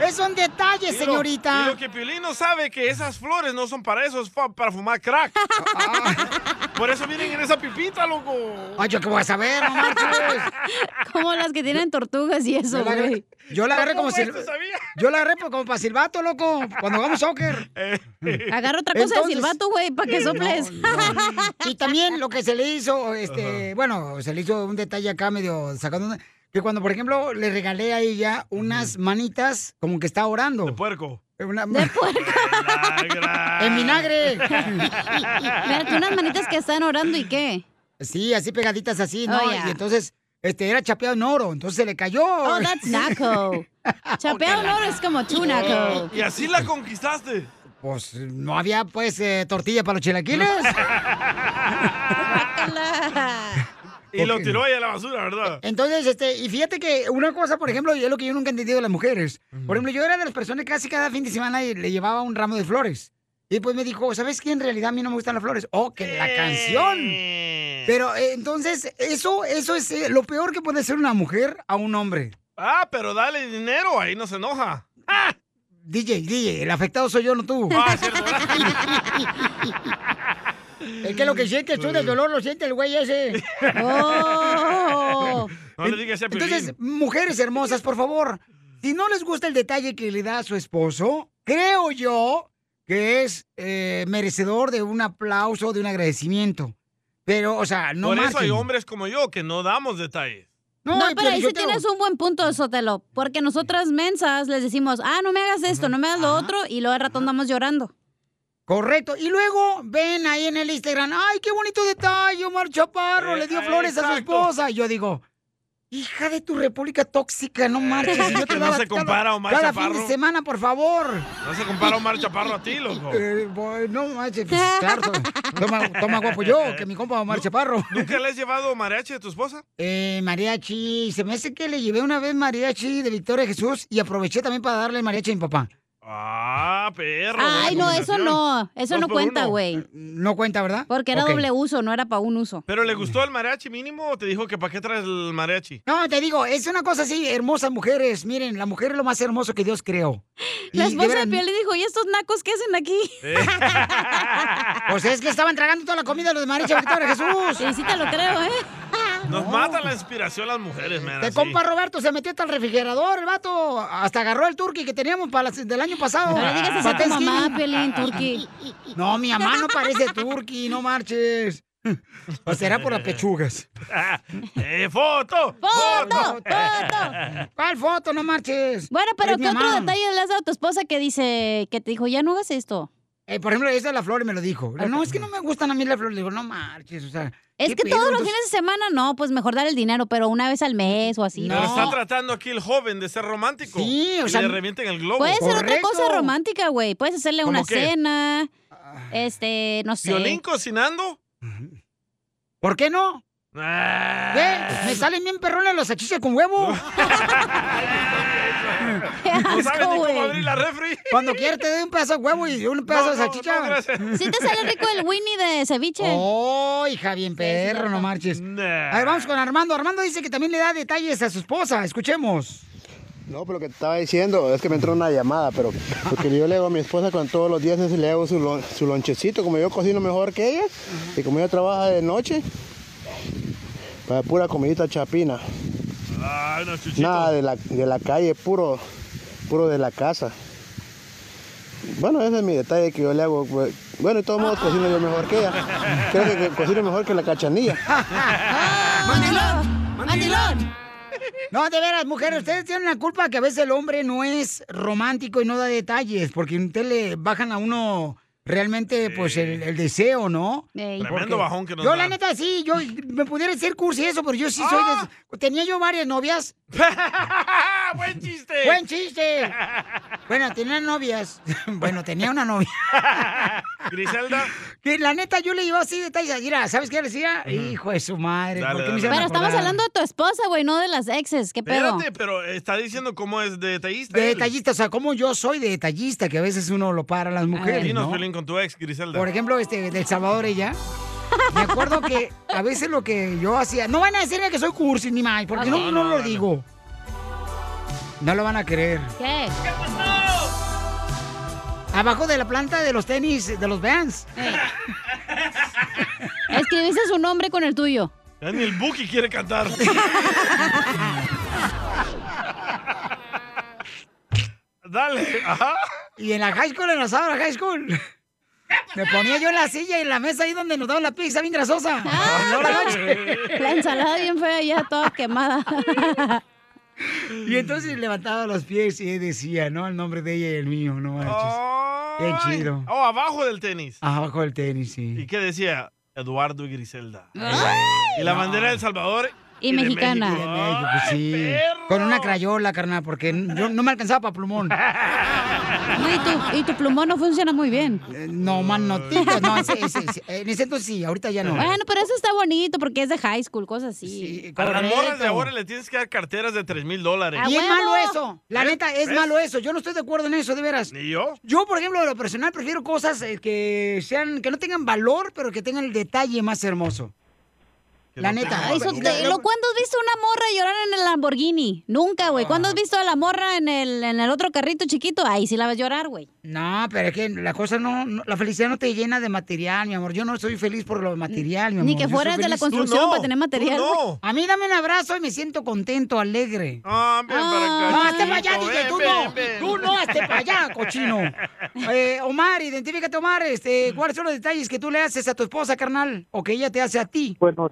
Speaker 1: es un detalle,
Speaker 2: Y lo-
Speaker 1: señorita.
Speaker 2: Y lo que Piolín no sabe que esas flores no son para eso, es fa- para fumar crack. Ah. Por eso vienen en esa pipita, loco.
Speaker 1: Ay, yo qué voy a saber, no marches.
Speaker 4: Como las que tienen tortugas y eso,
Speaker 1: Yo la agarré-
Speaker 4: güey.
Speaker 1: Yo la agarré como si.
Speaker 4: silbato.
Speaker 1: Yo la agarré por- como para silbato, loco. Cuando hagamos soccer.
Speaker 4: Agarra otra cosa de
Speaker 1: Entonces-
Speaker 4: silbato, güey, para que soples.
Speaker 1: Y también lo que se le hizo, este, bueno, se le hizo un detalle acá medio sacando. una- Que cuando, por ejemplo, le regalé a ella unas manitas como que está orando. De
Speaker 2: puerco.
Speaker 1: De puerco. en vinagre.
Speaker 4: Espérate, unas manitas que están orando y qué.
Speaker 1: Sí, así pegaditas así, ¿no?
Speaker 4: Oh, yeah.
Speaker 1: Y entonces, este, era chapeado en oro, entonces se le cayó.
Speaker 4: Oh, that's naco. Chapeado en oro es como tú, naco.
Speaker 2: Y así la conquistaste.
Speaker 1: Pues no había, pues, eh, tortilla para los chilaquiles.
Speaker 2: Y lo
Speaker 1: Ok.
Speaker 2: tiró ahí a la basura, ¿verdad?
Speaker 1: Entonces, este, y fíjate que una cosa, por ejemplo, y es lo que yo nunca he entendido de las mujeres. Por ejemplo, yo era de las personas que casi cada fin de semana y le llevaba un ramo de flores. Y después me dijo, ¿sabes qué? En realidad a mí no me gustan las flores. Oh, que la canción. Pero eh, entonces, eso, eso es eh, lo peor que puede hacer una mujer a un hombre.
Speaker 2: Ah, pero dale dinero, ahí no se enoja.
Speaker 1: DJ, DJ, el afectado soy yo, no tú. es que lo que sientes tú del dolor lo siente el güey ese.
Speaker 4: Oh.
Speaker 2: No le digas a Piolín.
Speaker 1: Entonces, mujeres hermosas, por favor, si no les gusta el detalle que le da a su esposo, creo yo que es eh, merecedor de un aplauso, de un agradecimiento. Pero, o sea, no
Speaker 2: Por eso
Speaker 1: marchen.
Speaker 2: hay hombres como yo que no damos detalles.
Speaker 4: No,
Speaker 1: y
Speaker 2: pues-
Speaker 4: pero ahí sí
Speaker 1: Piolichotelo.
Speaker 4: tienes un buen punto, Sotelo. Porque nosotras mensas les decimos, ah, no me hagas esto, no me hagas lo otro, y luego al rato andamos llorando.
Speaker 1: Correcto. Y luego ven ahí en el Instagram, ay, qué bonito detalle, Omar Chaparro,
Speaker 14: Eh,
Speaker 1: le dio
Speaker 14: eh,
Speaker 1: flores a su
Speaker 14: exacto.
Speaker 1: esposa. Y yo digo, hija de tu república tóxica, no marches.
Speaker 2: Eh,
Speaker 1: si yo te
Speaker 2: que no
Speaker 1: daba
Speaker 2: se
Speaker 1: cada-
Speaker 2: compara a Omar
Speaker 1: cada
Speaker 2: Chaparro.
Speaker 1: fin de semana, por favor.
Speaker 2: No se compara Omar Chaparro a ti, loco.
Speaker 1: Eh, boy, no manches, pues, claro, to- toma, toma guapo yo, que mi compa Omar Chaparro.
Speaker 2: ¿Nunca le has llevado mariachi a tu esposa?
Speaker 1: Eh, mariachi, se me hace que le llevé una vez mariachi de Victoria Jesús y aproveché también para darle mariachi a mi papá.
Speaker 2: Ah, perro.
Speaker 4: Ay,
Speaker 2: buena
Speaker 4: no, eso
Speaker 2: combinación.
Speaker 4: no, eso
Speaker 2: Dos
Speaker 4: no
Speaker 2: por
Speaker 4: cuenta,
Speaker 2: uno.
Speaker 4: güey.
Speaker 1: Eh, No cuenta, ¿verdad?
Speaker 4: Porque era
Speaker 2: Ok.
Speaker 4: doble uso, no era para un uso.
Speaker 2: ¿Pero le gustó el mariachi mínimo o te dijo que para qué traes el mariachi?
Speaker 1: No, te digo, es una cosa así, hermosas mujeres. Miren, la mujer es lo más hermoso que Dios creó.
Speaker 4: La
Speaker 1: Y de
Speaker 4: esposa de
Speaker 1: veras,
Speaker 4: Piel le dijo, ¿y estos nacos qué hacen aquí?
Speaker 1: Pues es que estaban tragando toda la comida de los mariachis de Victoria Jesús.
Speaker 4: Y sí te lo creo, ¿eh?
Speaker 2: Nos mata la inspiración las mujeres, man.
Speaker 1: Te
Speaker 2: así.
Speaker 1: compa Roberto se metió hasta el refrigerador, el vato. Hasta agarró el turqui que teníamos para las- del año pasado.
Speaker 4: No le digas así a tu
Speaker 1: Para
Speaker 4: mamá,
Speaker 1: Thanksgiving.
Speaker 4: Piolín, turqui.
Speaker 1: No, mi mamá no parece turqui, no marches. O será por las pechugas.
Speaker 2: Ah, eh, foto!
Speaker 1: ¡Foto! ¿Cuál foto? No marches.
Speaker 4: Bueno, pero
Speaker 1: Es mi
Speaker 4: ¿qué otro
Speaker 1: mamá.
Speaker 4: detalle le has dado a tu esposa que dice, que te dijo, ya no hagas esto?
Speaker 1: Eh, por ejemplo, esa de la flor me lo dijo. No, es que no me gustan a mí las flores. Le digo, no marches, o sea.
Speaker 4: Es
Speaker 1: ¿qué
Speaker 4: que
Speaker 1: pedo?
Speaker 4: todos los
Speaker 1: Entonces-
Speaker 4: fines de semana no, pues mejor dar el dinero, pero una vez al mes o así.
Speaker 2: Pero está tratando aquí el joven de ser romántico.
Speaker 4: Sí, o
Speaker 2: Y
Speaker 4: sea,
Speaker 2: Le revienten el globo.
Speaker 4: Puede ser otra cosa romántica, güey. Puedes hacerle
Speaker 2: ¿Cómo
Speaker 4: una
Speaker 2: qué?
Speaker 4: cena,
Speaker 1: Ah.
Speaker 4: este, no sé.
Speaker 2: ¿Violín cocinando?
Speaker 1: ¿Por qué no?
Speaker 2: Ah.
Speaker 1: ¿Ve? Me salen bien perrones los salchichas con huevo.
Speaker 2: No sabe ni cómo abrir la refri.
Speaker 1: Cuando quieres te doy un pedazo de huevo y un pedazo de salchicha.
Speaker 4: Sí te sale rico el Winnie de ceviche.
Speaker 1: Oh, hija, bien perro, no marches. A ver, vamos con Armando. Armando dice que también le da detalles a su esposa. Escuchemos.
Speaker 21: No, pero lo que te estaba diciendo es que me entró una llamada, pero lo que yo le hago a mi esposa cuando todos los días es le hago su, lon- su lonchecito, como yo cocino mejor que ella y como ella trabaja de noche, para pura comidita chapina,
Speaker 2: Ah, no, chuchito.
Speaker 21: nada de la, de la calle, puro, puro de la casa. Bueno, ese es mi detalle que yo le hago. pues. Bueno, de todos modos cocino yo mejor que ella. Creo que, que cocino mejor que la cachanilla.
Speaker 1: ¡Mandilón! ¡Mandilón! No, de veras, mujeres, ustedes tienen la culpa que a veces el hombre no es romántico y no da detalles, porque ustedes le bajan a uno realmente, pues, el, el deseo, ¿no?
Speaker 2: Ey.
Speaker 1: Porque
Speaker 2: Tremendo bajón que nos
Speaker 1: Yo,
Speaker 2: dan.
Speaker 1: la neta, sí, yo me pudiera decir cursi eso, pero yo sí soy
Speaker 2: ¡Ah!
Speaker 1: de- Tenía yo varias novias.
Speaker 2: ¡Buen chiste!
Speaker 1: ¡Buen chiste! Bueno, tenía novias. Bueno, tenía una novia.
Speaker 2: Griselda.
Speaker 1: Que la neta, yo le llevaba así detalles. Mira, ¿sabes qué le decía? Hijo de su madre.
Speaker 2: Dale,
Speaker 1: ¿por qué
Speaker 2: dale.
Speaker 1: me hicieron
Speaker 4: Pero estamos
Speaker 1: acordar?
Speaker 4: hablando de tu esposa, güey, no de las exes. ¿Qué pedo?
Speaker 2: Espérate, pero está diciendo cómo es de detallista.
Speaker 1: De
Speaker 2: él.
Speaker 1: detallista, o sea, como yo soy de detallista, que a veces uno lo para a las mujeres,
Speaker 2: Dinos,
Speaker 1: ¿no?
Speaker 2: Piolín, con tu ex, Griselda.
Speaker 1: Por ejemplo, este, del Salvador ella. Me acuerdo que a veces lo que yo hacía. No van a decirme que soy cursi ni mal, porque
Speaker 14: Ah,
Speaker 1: no,
Speaker 14: no,
Speaker 1: no
Speaker 14: no,
Speaker 1: lo
Speaker 14: no.
Speaker 1: digo. No lo van a creer.
Speaker 4: ¿Qué?
Speaker 14: ¿Qué pasó?
Speaker 1: Abajo de la planta de los tenis, de los Vans.
Speaker 4: Escribiste su nombre con el tuyo.
Speaker 2: Ya ni el Buki quiere cantar. Dale. Ajá.
Speaker 1: Y en la high school, en la Sabra High School. Me ponía yo en la silla y en la mesa ahí donde nos daban la pizza bien grasosa. No, la noche.
Speaker 4: Ah, La ensalada bien fea ya toda quemada.
Speaker 1: Y entonces levantaba los pies y decía, ¿no? El nombre de ella y el mío, no
Speaker 2: manches.
Speaker 1: Qué chido.
Speaker 2: Oh, abajo del tenis.
Speaker 1: Abajo del tenis, sí.
Speaker 2: ¿Y qué decía? Eduardo y Griselda. Y la bandera de El Salvador.
Speaker 4: Y
Speaker 2: de
Speaker 4: mexicana.
Speaker 2: México.
Speaker 1: Ay, pues sí. Con una crayola, carnal, porque yo no me alcanzaba para plumón.
Speaker 4: No, y, tu, y tu plumón no funciona muy bien.
Speaker 1: Eh, No, man, no. Tico, no, ese, ese- ese- en ese entonces sí, ahorita ya no.
Speaker 4: Bueno, pero eso está bonito porque es de high school, cosas así.
Speaker 2: A Ah, las morras de ahora le tienes que dar carteras de 3 mil
Speaker 4: Ah,
Speaker 2: dólares.
Speaker 1: Y es malo eso. La
Speaker 2: ¿Eh?
Speaker 1: neta, es
Speaker 2: ¿Ves?
Speaker 1: malo eso. Yo no estoy de acuerdo en eso, de veras.
Speaker 2: ¿Ni yo?
Speaker 1: Yo, por ejemplo, de lo personal prefiero cosas eh, que sean, que no tengan valor, pero que tengan el detalle más hermoso. La neta.
Speaker 4: Ay, Sotelo, ¿cuándo has visto una morra llorar en el Lamborghini? Nunca, güey. ¿Cuándo has
Speaker 1: Ah.
Speaker 4: visto a la morra en el, en el otro carrito chiquito? Ahí sí la vas a llorar, güey.
Speaker 1: No, pero es que la cosa no, no- La felicidad no te llena de material, mi amor. Yo no soy feliz por lo material, mi amor.
Speaker 4: Ni que
Speaker 1: Yo soy
Speaker 4: fueras de la
Speaker 1: feliz-
Speaker 4: construcción Tú no, para tener material, tú no. güey.
Speaker 1: A mí dame un abrazo y me siento contento, alegre.
Speaker 2: Ah,
Speaker 14: ven para acá,
Speaker 1: No, hazte para allá,
Speaker 14: chiquito,
Speaker 1: dije,
Speaker 14: ven,
Speaker 1: tú
Speaker 14: ven,
Speaker 1: no.
Speaker 14: ven.
Speaker 1: Tú no, hazte para allá, cochino. Eh, Omar, identifícate, Omar. Este, ¿Cuáles son los detalles que tú le haces a tu esposa, carnal? O que ella te hace a ti.
Speaker 10: Bueno,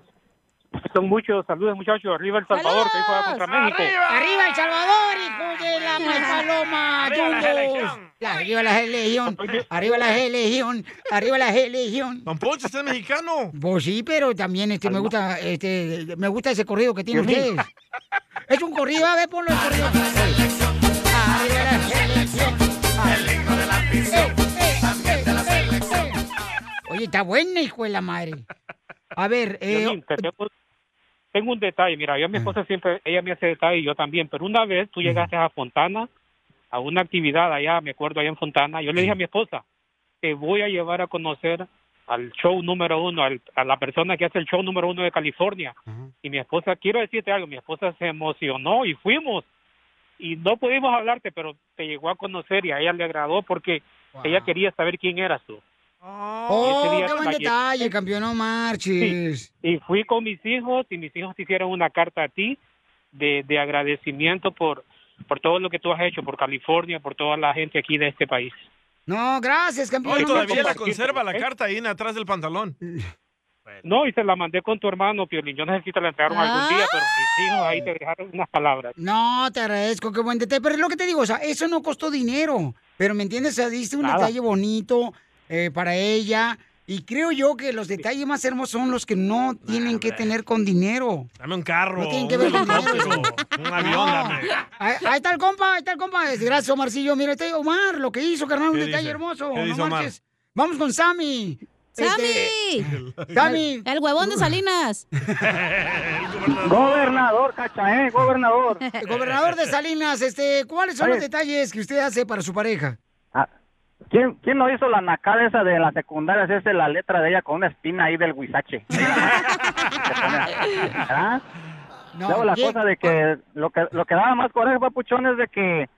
Speaker 10: son muchos. Saludos, muchachos. Arriba El Salvador, que hoy juega contra México.
Speaker 1: ¡Arriba El Salvador, hijo de la mal paloma!
Speaker 14: Arriba la
Speaker 1: yungos!
Speaker 14: selección.
Speaker 1: ¡Arriba la legión! ¡Arriba la legión! ¡Arriba la legión! ¡Don Poncho, usted es mexicano! Pues sí, pero también este, me gusta este, me gusta ese corrido que tienen
Speaker 14: Sí.
Speaker 1: ustedes. es un corrido, a ver, ponlo el corrido. ¡Arriba la selección! Ah. ¡Eh, eh, eh, eh, eh! Oye, está buena, hijo de la madre. A ver, eh, Ah.
Speaker 10: Violín, te tengo, tengo un detalle, mira, yo a mi esposa siempre, ella me hace detalle y yo también, pero una vez tú llegaste a Fontana, a una actividad allá, me acuerdo allá en Fontana, yo le dije a mi esposa, te voy a llevar a conocer al show número uno, al- a la persona que hace el show número uno de California. Y mi esposa, quiero decirte algo, mi esposa se emocionó y fuimos. Y no pudimos hablarte, pero te llegó a conocer y a ella le agradó porque ella quería saber quién eras tú.
Speaker 1: ¡Oh,
Speaker 10: Ese día
Speaker 1: qué buen
Speaker 10: fallé.
Speaker 1: detalle, campeón! ¡No marches!
Speaker 10: Y fui con mis hijos y mis hijos te hicieron una carta a ti de, de agradecimiento por, por todo lo que tú has hecho, por California, por toda la gente aquí de este país.
Speaker 1: No, gracias, campeón.
Speaker 10: Hoy
Speaker 1: No, ¿Eh?
Speaker 2: Todavía la
Speaker 1: compartir.
Speaker 2: conserva la carta ahí en atrás del pantalón.
Speaker 10: No, y se la mandé con tu hermano, Piolín. Yo no sé si te la entregaron algún día, pero mis hijos ahí te dejaron unas palabras.
Speaker 1: No, te agradezco, qué buen detalle. Pero es lo que te digo, o sea, eso no costó dinero. Pero, ¿me entiendes? O sea, diste un
Speaker 10: Nada.
Speaker 1: detalle bonito eh, para ella. Y creo yo que los detalles más hermosos son los que no tienen que tener con dinero.
Speaker 2: Dame un carro.
Speaker 1: No tienen que
Speaker 2: un
Speaker 1: ver con
Speaker 2: helicóptero, Un avión, dame.
Speaker 1: Ahí, ahí está el compa, ahí está el compa. Gracias, Omarcillo. Mira, este Omar, lo que hizo, carnal, un
Speaker 2: ¿Qué
Speaker 1: detalle
Speaker 2: dice?
Speaker 1: hermoso.
Speaker 2: ¿Qué
Speaker 1: No
Speaker 2: dice Omar?
Speaker 1: marches. Vamos con Sammy.
Speaker 4: ¡Sammy!
Speaker 1: Este, Sammy. Uh.
Speaker 4: El huevón de Salinas.
Speaker 10: Gobernador, cacha, ¿eh? Gobernador.
Speaker 1: Gobernador de Salinas, este, ¿cuáles son
Speaker 3: Oye.
Speaker 1: los detalles que usted hace para su pareja?
Speaker 3: Ah, ¿Quién, ¿Quién no hizo la nacada esa de la secundaria? Hacerse la letra de ella con una espina ahí del huizache. ¿Ah?
Speaker 14: No,
Speaker 3: Luego la
Speaker 14: ¿quién?
Speaker 3: cosa de que lo que lo que daba más coraje, papuchón, es de que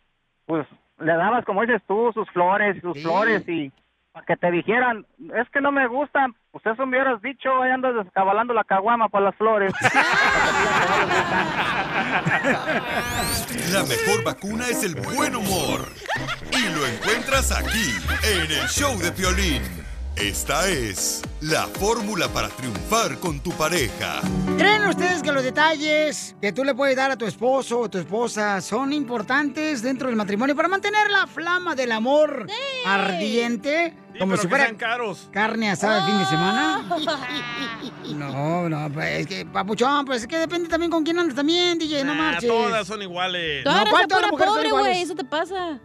Speaker 3: pues le dabas, como dices tú, sus flores, sus
Speaker 14: Sí.
Speaker 3: flores y para que te dijeran, es que no me gustan, pues eso me hubieras dicho, ahí andas descabalando la caguama para las flores.
Speaker 11: La mejor vacuna es el buen humor. Y lo encuentras aquí, en el show de Piolín. Esta es la fórmula para triunfar con tu pareja.
Speaker 1: ¿Creen ustedes que los detalles que tú le puedes dar a tu esposo o tu esposa son importantes dentro del matrimonio para mantener la flama del amor ardiente? como
Speaker 2: pero
Speaker 1: si
Speaker 2: que
Speaker 1: fuera
Speaker 2: sean caros.
Speaker 1: carne asada el fin de semana. No, no, pues es que, papuchón, pues es que depende también con quién andas también, DJ, no
Speaker 2: Nah,
Speaker 1: marches.
Speaker 2: Ah, todas son
Speaker 1: Eh,
Speaker 2: iguales.
Speaker 1: No,
Speaker 4: eres
Speaker 1: ¿cuántas
Speaker 4: pura
Speaker 1: mujeres son
Speaker 4: pobre,
Speaker 1: iguales?
Speaker 4: güey, eso te pasa.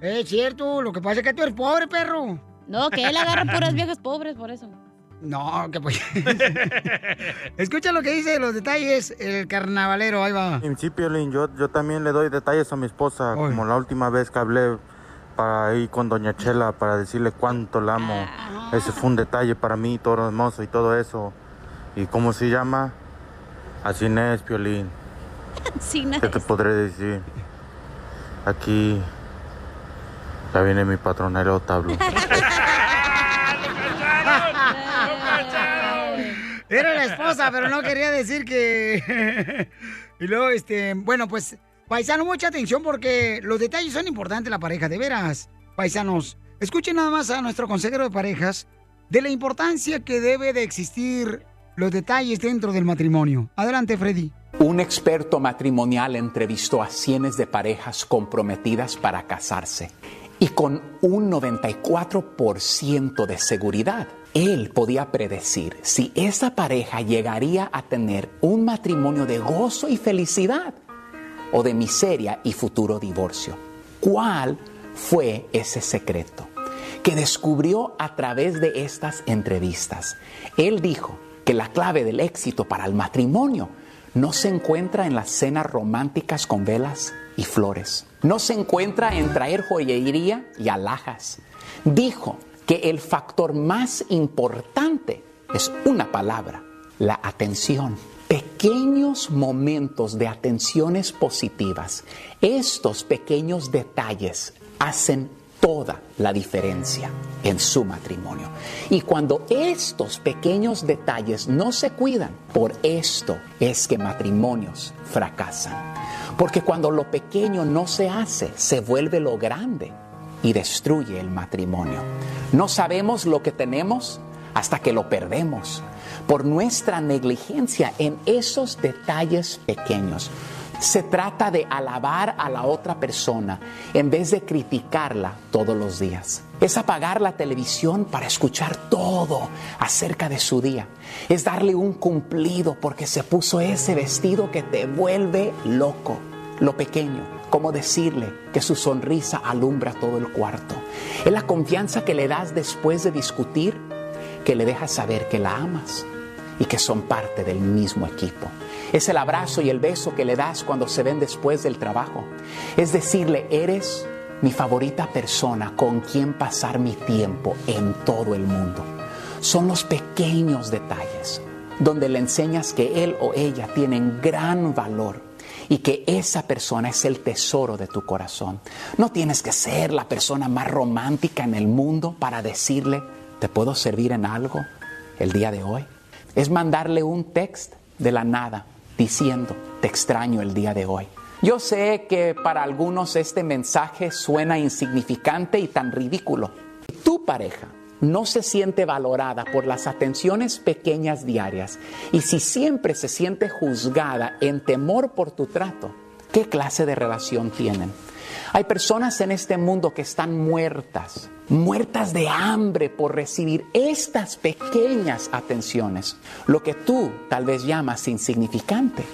Speaker 1: Es cierto, lo que pasa es que tú eres pobre, perro.
Speaker 4: No, que él agarra puras viejas pobres por eso.
Speaker 1: No, que pues. Escucha lo que dice los detalles el carnavalero, ahí va.
Speaker 22: En sí, Piolín, yo, yo también le doy detalles a mi esposa, como la última vez que hablé para ir con Doña Chela para decirle cuánto la amo. Ese fue un detalle para mí, todo hermoso y todo eso. ¿Y cómo se llama? Así no es, Piolín.
Speaker 4: Sin
Speaker 22: ¿Qué
Speaker 4: nada.
Speaker 22: te podré decir? Aquí ya viene mi patronero Tablo.
Speaker 1: Era la esposa, pero no quería decir que. y luego, este. Bueno, pues, paisano, mucha atención porque los detalles son importantes en la pareja, de veras. Paisanos, escuchen nada más a nuestro consejero de parejas de la importancia que debe de existir los detalles dentro del matrimonio. Adelante, Freddy.
Speaker 23: Un experto matrimonial entrevistó a cientos de parejas comprometidas para casarse y con un 94% de seguridad, él podía predecir si esa pareja llegaría a tener un matrimonio de gozo y felicidad o de miseria y futuro divorcio. ¿Cuál fue ese secreto que descubrió a través de estas entrevistas? Él dijo que la clave del éxito para el matrimonio no se encuentra en las cenas románticas con velas y flores. No se encuentra en traer joyería y alhajas. Dijo que el factor más importante es una palabra, la atención. Pequeños momentos de atenciones positivas, estos pequeños detalles hacen toda la diferencia en su matrimonio. Y cuando estos pequeños detalles no se cuidan, por esto es que matrimonios fracasan. Porque cuando lo pequeño no se hace, se vuelve lo grande y destruye el matrimonio. No sabemos lo que tenemos hasta que lo perdemos por nuestra negligencia en esos detalles pequeños. Se trata de alabar a la otra persona en vez de criticarla todos los días. Es apagar la televisión para escuchar todo acerca de su día. Es darle un cumplido porque se puso ese vestido que te vuelve loco. Lo pequeño, como decirle que su sonrisa alumbra todo el cuarto. Es la confianza que le das después de discutir, que le dejas saber que la amas y que son parte del mismo equipo. Es el abrazo y el beso que le das cuando se ven después del trabajo. Es decirle, eres mi favorita persona con quien pasar mi tiempo en todo el mundo. Son los pequeños detalles donde le enseñas que él o ella tienen gran valor y que esa persona es el tesoro de tu corazón. No tienes que ser la persona más romántica en el mundo para decirle, ¿te puedo servir en algo el día de hoy? es mandarle un text de la nada diciendo, te extraño el día de hoy. Yo sé que para algunos este mensaje suena insignificante y tan ridículo. Tu pareja no se siente valorada por las atenciones pequeñas diarias y si siempre se siente juzgada en temor por tu trato, ¿qué clase de relación tienen? Hay personas en este mundo que están muertas, muertas de hambre por recibir estas pequeñas atenciones, lo que tú tal vez llamas insignificante,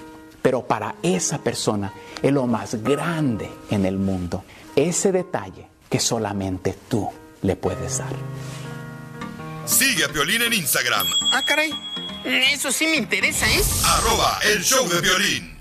Speaker 23: pero para esa persona es lo más grande en el mundo, ese detalle que solamente tú le puedes dar.
Speaker 11: Sigue a Violín en Instagram.
Speaker 5: Ah, caray. Eso sí me interesa, ¿eh?
Speaker 11: Arroba el show de violín.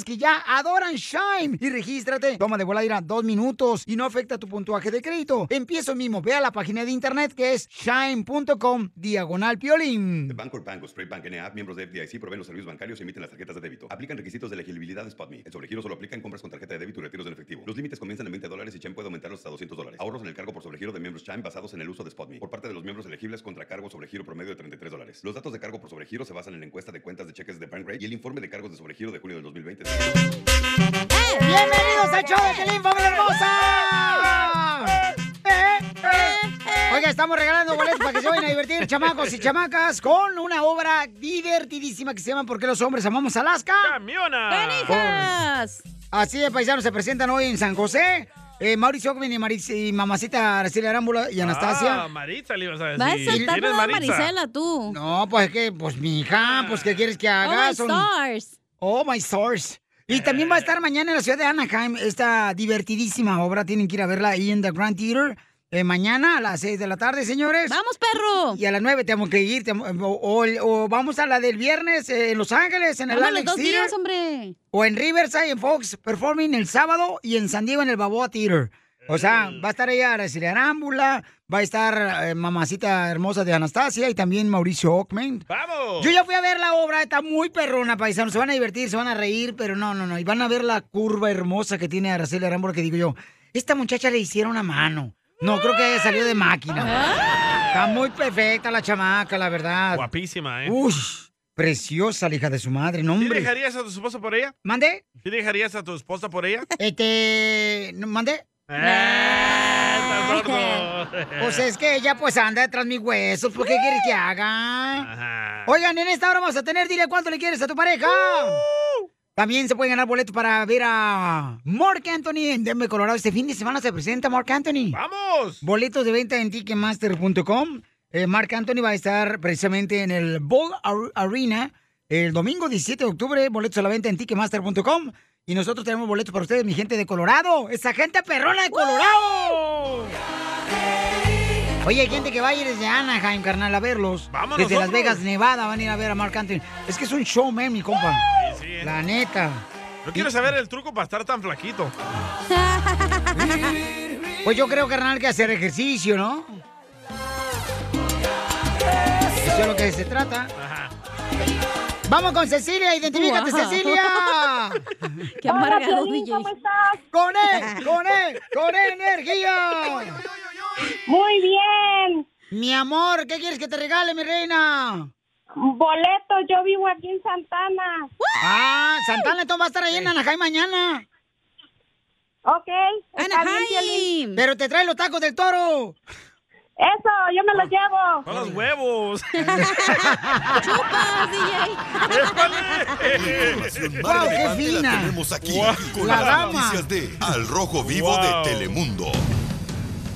Speaker 1: que ya adoran Shime. Y regístrate. Toma de voladera dos minutos y no afecta tu puntuaje de crédito. Empiezo mismo. Ve a la página de internet que es shime.com diagonal piolín.
Speaker 6: The Bancorp Bank o State Bank NA, miembros de FDIC, proveen los servicios bancarios y emiten las tarjetas de débito. Aplican requisitos de elegibilidad de SpotMe. El sobregiro solo aplica en compras con tarjeta de débito y retiros en efectivo. Los límites comienzan en 20 dólares y Chime puede aumentarlos hasta 200 dólares. Ahorros en el cargo por sobregiro de miembros Chime basados en el uso de SpotMe. Por parte de los miembros elegibles contra cargo sobregiro promedio de 33 dólares. Los datos de cargo por sobregiro se basan en la encuesta de cuentas de cheques de Bankrate y el informe de cargos de sobregiro de junio del 2020.
Speaker 1: ¡Bienvenidos al show de Pelín, familia hermosa! Oiga, estamos regalando boletos para que se vayan a divertir, chamacos y chamacas, con una obra divertidísima que se llama ¿Por qué los hombres amamos Alaska? ¡Camionas! Así de paisanos se presentan hoy en San José. eh, Mauricio Ockman y, Maris- y mamacita Araceli Arámbula y Anastasia.
Speaker 2: Ah, Maritza le ibas a decir.
Speaker 4: Vas a saltar
Speaker 2: ¿Quién es
Speaker 4: toda Marisela, tú.
Speaker 1: No, pues es que, pues mi hija, pues ¿qué quieres que haga?
Speaker 4: my stars.
Speaker 1: Oh, my stars. Y también va a estar mañana en la ciudad de Anaheim esta divertidísima obra. Tienen que ir a verla ahí en The Grand Theater. eh, mañana a las 6 de la tarde, señores. ¡Vamos, perro! Y a las 9 tenemos que ir. tenemos- o, o- o vamos a la del viernes eh, en Los Ángeles, en el
Speaker 4: Vamos los
Speaker 1: Alex
Speaker 4: dos
Speaker 1: Theater.
Speaker 4: días, hombre.
Speaker 1: O en Riverside, en Fox Performing el sábado y en San Diego en el Balboa Theater. O sea,
Speaker 2: Mm.
Speaker 1: va a estar ella Araceli Arámbula, va a estar eh, mamacita hermosa de Anastasia y también Mauricio Ockman.
Speaker 2: ¡Vamos!
Speaker 1: Yo ya fui a ver la obra, está muy perrona, paisanos. Se van a divertir, se van a reír, pero no, no, no. Y van a ver la curva hermosa que tiene Araceli Arámbula, que digo yo, esta muchacha le hicieron a mano. No, creo que salió de máquina. Está muy perfecta la chamaca, la verdad.
Speaker 2: Ah. Guapísima, ¿eh?
Speaker 1: Uff, preciosa la hija de su madre, no,
Speaker 2: ¿Sí
Speaker 1: hombre.
Speaker 2: dejarías a tu esposa por ella?
Speaker 1: ¿Mande? Eh,
Speaker 2: ¿Sí dejarías a tu esposa por ella?
Speaker 1: Este, ¿no ¿mandé? Pues es que ella pues anda detrás de mis huesos, ¿por qué quieres que haga? Oigan, en esta hora vamos a tener, dile cuánto le quieres a tu pareja. También se pueden ganar boletos para ver a Mark Anthony en Denver, Colorado. Este fin de semana se presenta Mark Anthony. ¡Vamos! Boletos de venta en Ticketmaster.com. eh, Marc Anthony va a estar precisamente en el Ball Ar- Arena el domingo 17 de octubre. Boletos a la venta en Ticketmaster.com. Y nosotros tenemos boletos para ustedes, mi gente de Colorado. Esa gente perrona de Colorado. Oye, hay gente que va a ir desde Anaheim, carnal, a verlos.
Speaker 14: Vamos
Speaker 1: desde Las
Speaker 14: nosotros.
Speaker 1: Vegas, Nevada, van a ir a ver a Marc Anthony. Es que es un showman, mi compa.
Speaker 2: Sí, sí, ¿eh?
Speaker 1: La neta.
Speaker 2: Yo quiero saber el truco para estar tan flaquito.
Speaker 1: Pues yo creo, carnal, que hacer ejercicio, ¿no? Eso es de lo que se trata. Vamos con Cecilia, identifícate,
Speaker 14: Wow.
Speaker 1: Cecilia.
Speaker 14: Qué amargado,
Speaker 1: Piolín, ¿Cómo estás? Con él, con él, con él, energía. Muy bien. Mi amor, ¿qué quieres que te regale, mi reina? Boletos, yo vivo aquí en Santana. Ah, Santana, entonces va a estar ahí en Anaheim mañana. Ok. Anaheim. Pero te trae los tacos del toro. Eso, yo me los llevo.
Speaker 2: Con los huevos.
Speaker 14: ¡Chupas,
Speaker 11: Información más
Speaker 14: DJ! Guau, qué
Speaker 11: relevante
Speaker 14: fina.
Speaker 11: la tenemos aquí
Speaker 14: Guau.
Speaker 11: con
Speaker 14: La
Speaker 11: las
Speaker 14: dama.
Speaker 11: noticias de Al Rojo Vivo
Speaker 14: Wow.
Speaker 11: de Telemundo.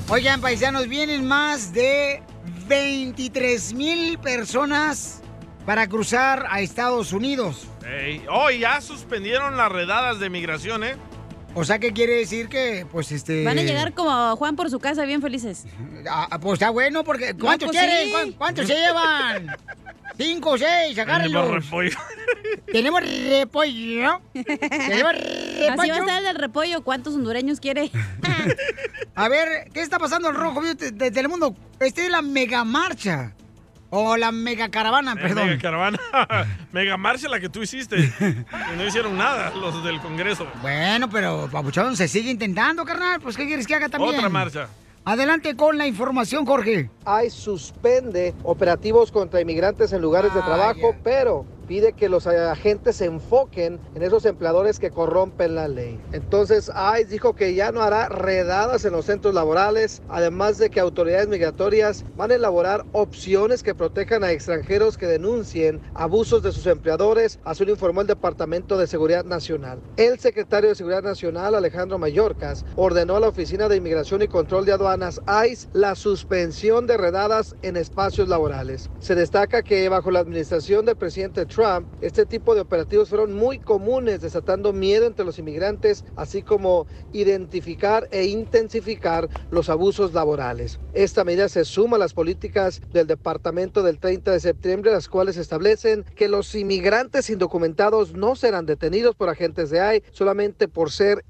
Speaker 1: Oigan, paisanos, vienen más de 23 mil personas para cruzar a Estados Unidos.
Speaker 2: Ey, Oh, y ya suspendieron las redadas de migración, ¿eh?
Speaker 1: O sea, ¿qué quiere decir que, pues, este...
Speaker 4: Van a llegar como Juan por su casa bien felices.
Speaker 1: Ah, ah, pues está bueno, porque
Speaker 4: No,
Speaker 1: ¿cuántos
Speaker 4: pues,
Speaker 1: quieren?
Speaker 4: sí.
Speaker 1: ¿Cuán- ¿Cuántos se llevan? Cinco o seis, agárrenlos. Tenemos repollo. Tenemos
Speaker 4: Así va a
Speaker 1: repollo.
Speaker 4: estar el del repollo. ¿Cuántos hondureños quiere?
Speaker 1: A ver, ¿qué está pasando el rojo Vivo de, de Telemundo? Esta es la mega marcha. O la mega caravana, perdón.
Speaker 2: Mega caravana. Mega marcha la que tú hiciste. Y no hicieron nada los del Congreso.
Speaker 1: Bueno, pero Papuchón se sigue intentando, carnal. Pues, ¿qué quieres que haga también?
Speaker 2: Otra marcha.
Speaker 1: Adelante con la información, Jorge.
Speaker 6: ICE suspende operativos contra inmigrantes en lugares de trabajo, pero pide que los eh, agentes se enfoquen en esos empleadores que corrompen la ley. Entonces, ICE dijo que ya no hará redadas en los centros laborales, además de que autoridades migratorias van a elaborar opciones que protejan a extranjeros que denuncien abusos de sus empleadores, así lo informó el Departamento de Seguridad Nacional. El secretario de Seguridad Nacional, Alejandro Mayorkas, ordenó a la Oficina de Inmigración y Control de Aduanas, ICE, la suspensión de redadas en espacios laborales. Se destaca que bajo la administración del presidente Trump, este tipo de operativos fueron muy comunes, desatando miedo entre los inmigrantes, así como identificar e intensificar los abusos laborales. Esta medida se suma a las políticas del Departamento del 30 de septiembre, las cuales establecen que los inmigrantes indocumentados no serán detenidos por agentes de ICE solamente por ser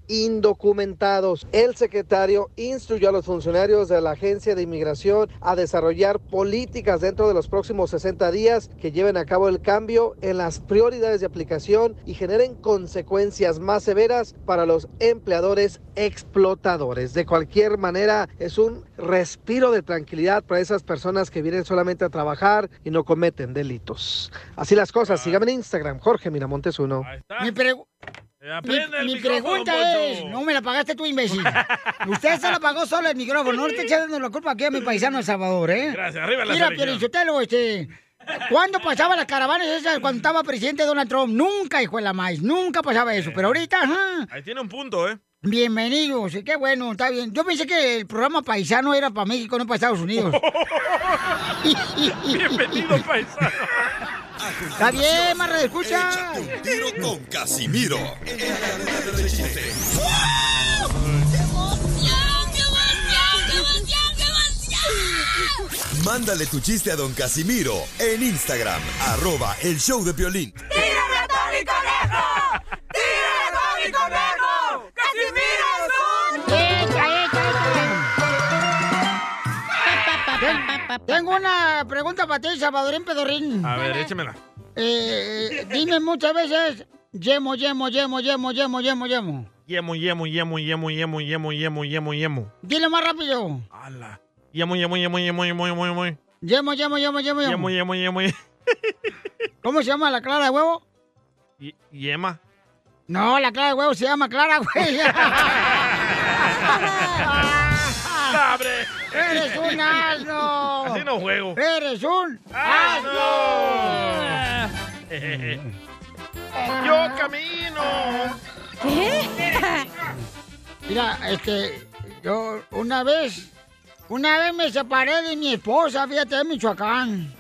Speaker 6: indocumentados. El secretario instruyó a los funcionarios de la Agencia de Inmigración a desarrollar políticas dentro de los próximos 60 días que lleven a cabo el cambio en las prioridades de aplicación y generen consecuencias más severas para los empleadores explotadores. De cualquier manera, es un respiro de tranquilidad para esas personas que vienen solamente a trabajar y no cometen delitos. Así las cosas. Síganme en Instagram, Jorge Miramontes 1.
Speaker 2: Ah,
Speaker 1: Mi, pregu- mi- mi pregunta es, no me la pagaste tú, imbécil. Usted se la pagó solo el micrófono, no le esté echando la culpa aquí a mi paisano El Salvador, ¿eh?
Speaker 2: Gracias, arriba la
Speaker 1: Mira,
Speaker 2: selección.
Speaker 1: Pielichotelo, este... ¿Cuándo pasaba las caravanas esas cuando estaba presidente Donald Trump? Nunca, hijo de la maíz, nunca pasaba eso. Pero ahorita, ajá.
Speaker 2: Ahí tiene un punto, ¿eh?
Speaker 1: Bienvenidos, sí, qué bueno, está bien. Yo pensé que el programa paisano era para México, no para Estados Unidos.
Speaker 2: Bienvenido, paisano.
Speaker 1: Está bien, Marra, escucha.
Speaker 11: Un tiro con Casimiro. En la ruleta de chiste. Mándale tu chiste a don Casimiro en Instagram, arroba el show de violín.
Speaker 14: ¡Tírame a Tony Conejo! ¡Tírame a Tony Conejo! ¡Casimiro
Speaker 1: Ten- Tengo una pregunta para ti, Salvadorín Pedorín.
Speaker 2: A ver, échamela.
Speaker 1: Eh, dime muchas veces, yemo, yemo, yemo, yemo, yemo, yemo, yemo.
Speaker 2: Yemo, yemo, yemo, yemo, yemo, yemo, yemo, yemo, yemo.
Speaker 1: Dile más rápido.
Speaker 2: Ala. Yemo, yemo, yemo, yemo, yemo, yemo, yemo.
Speaker 1: Yemo, yemo, yemo, yemo,
Speaker 2: Yemo,
Speaker 1: yemo.
Speaker 2: yemo, yemo,
Speaker 1: ¿Cómo se llama la clara de huevo?
Speaker 2: ye- Yema.
Speaker 1: No, la clara de huevo se llama clara, güey.
Speaker 2: ¡Abre!
Speaker 1: ¡Eres un asno!
Speaker 2: Así no juego.
Speaker 1: ¡Eres un
Speaker 2: asno! Eh, Yo camino.
Speaker 1: ¿Qué? Mira, este, yo una vez Una vez me separé de mi esposa, fíjate, en Michoacán.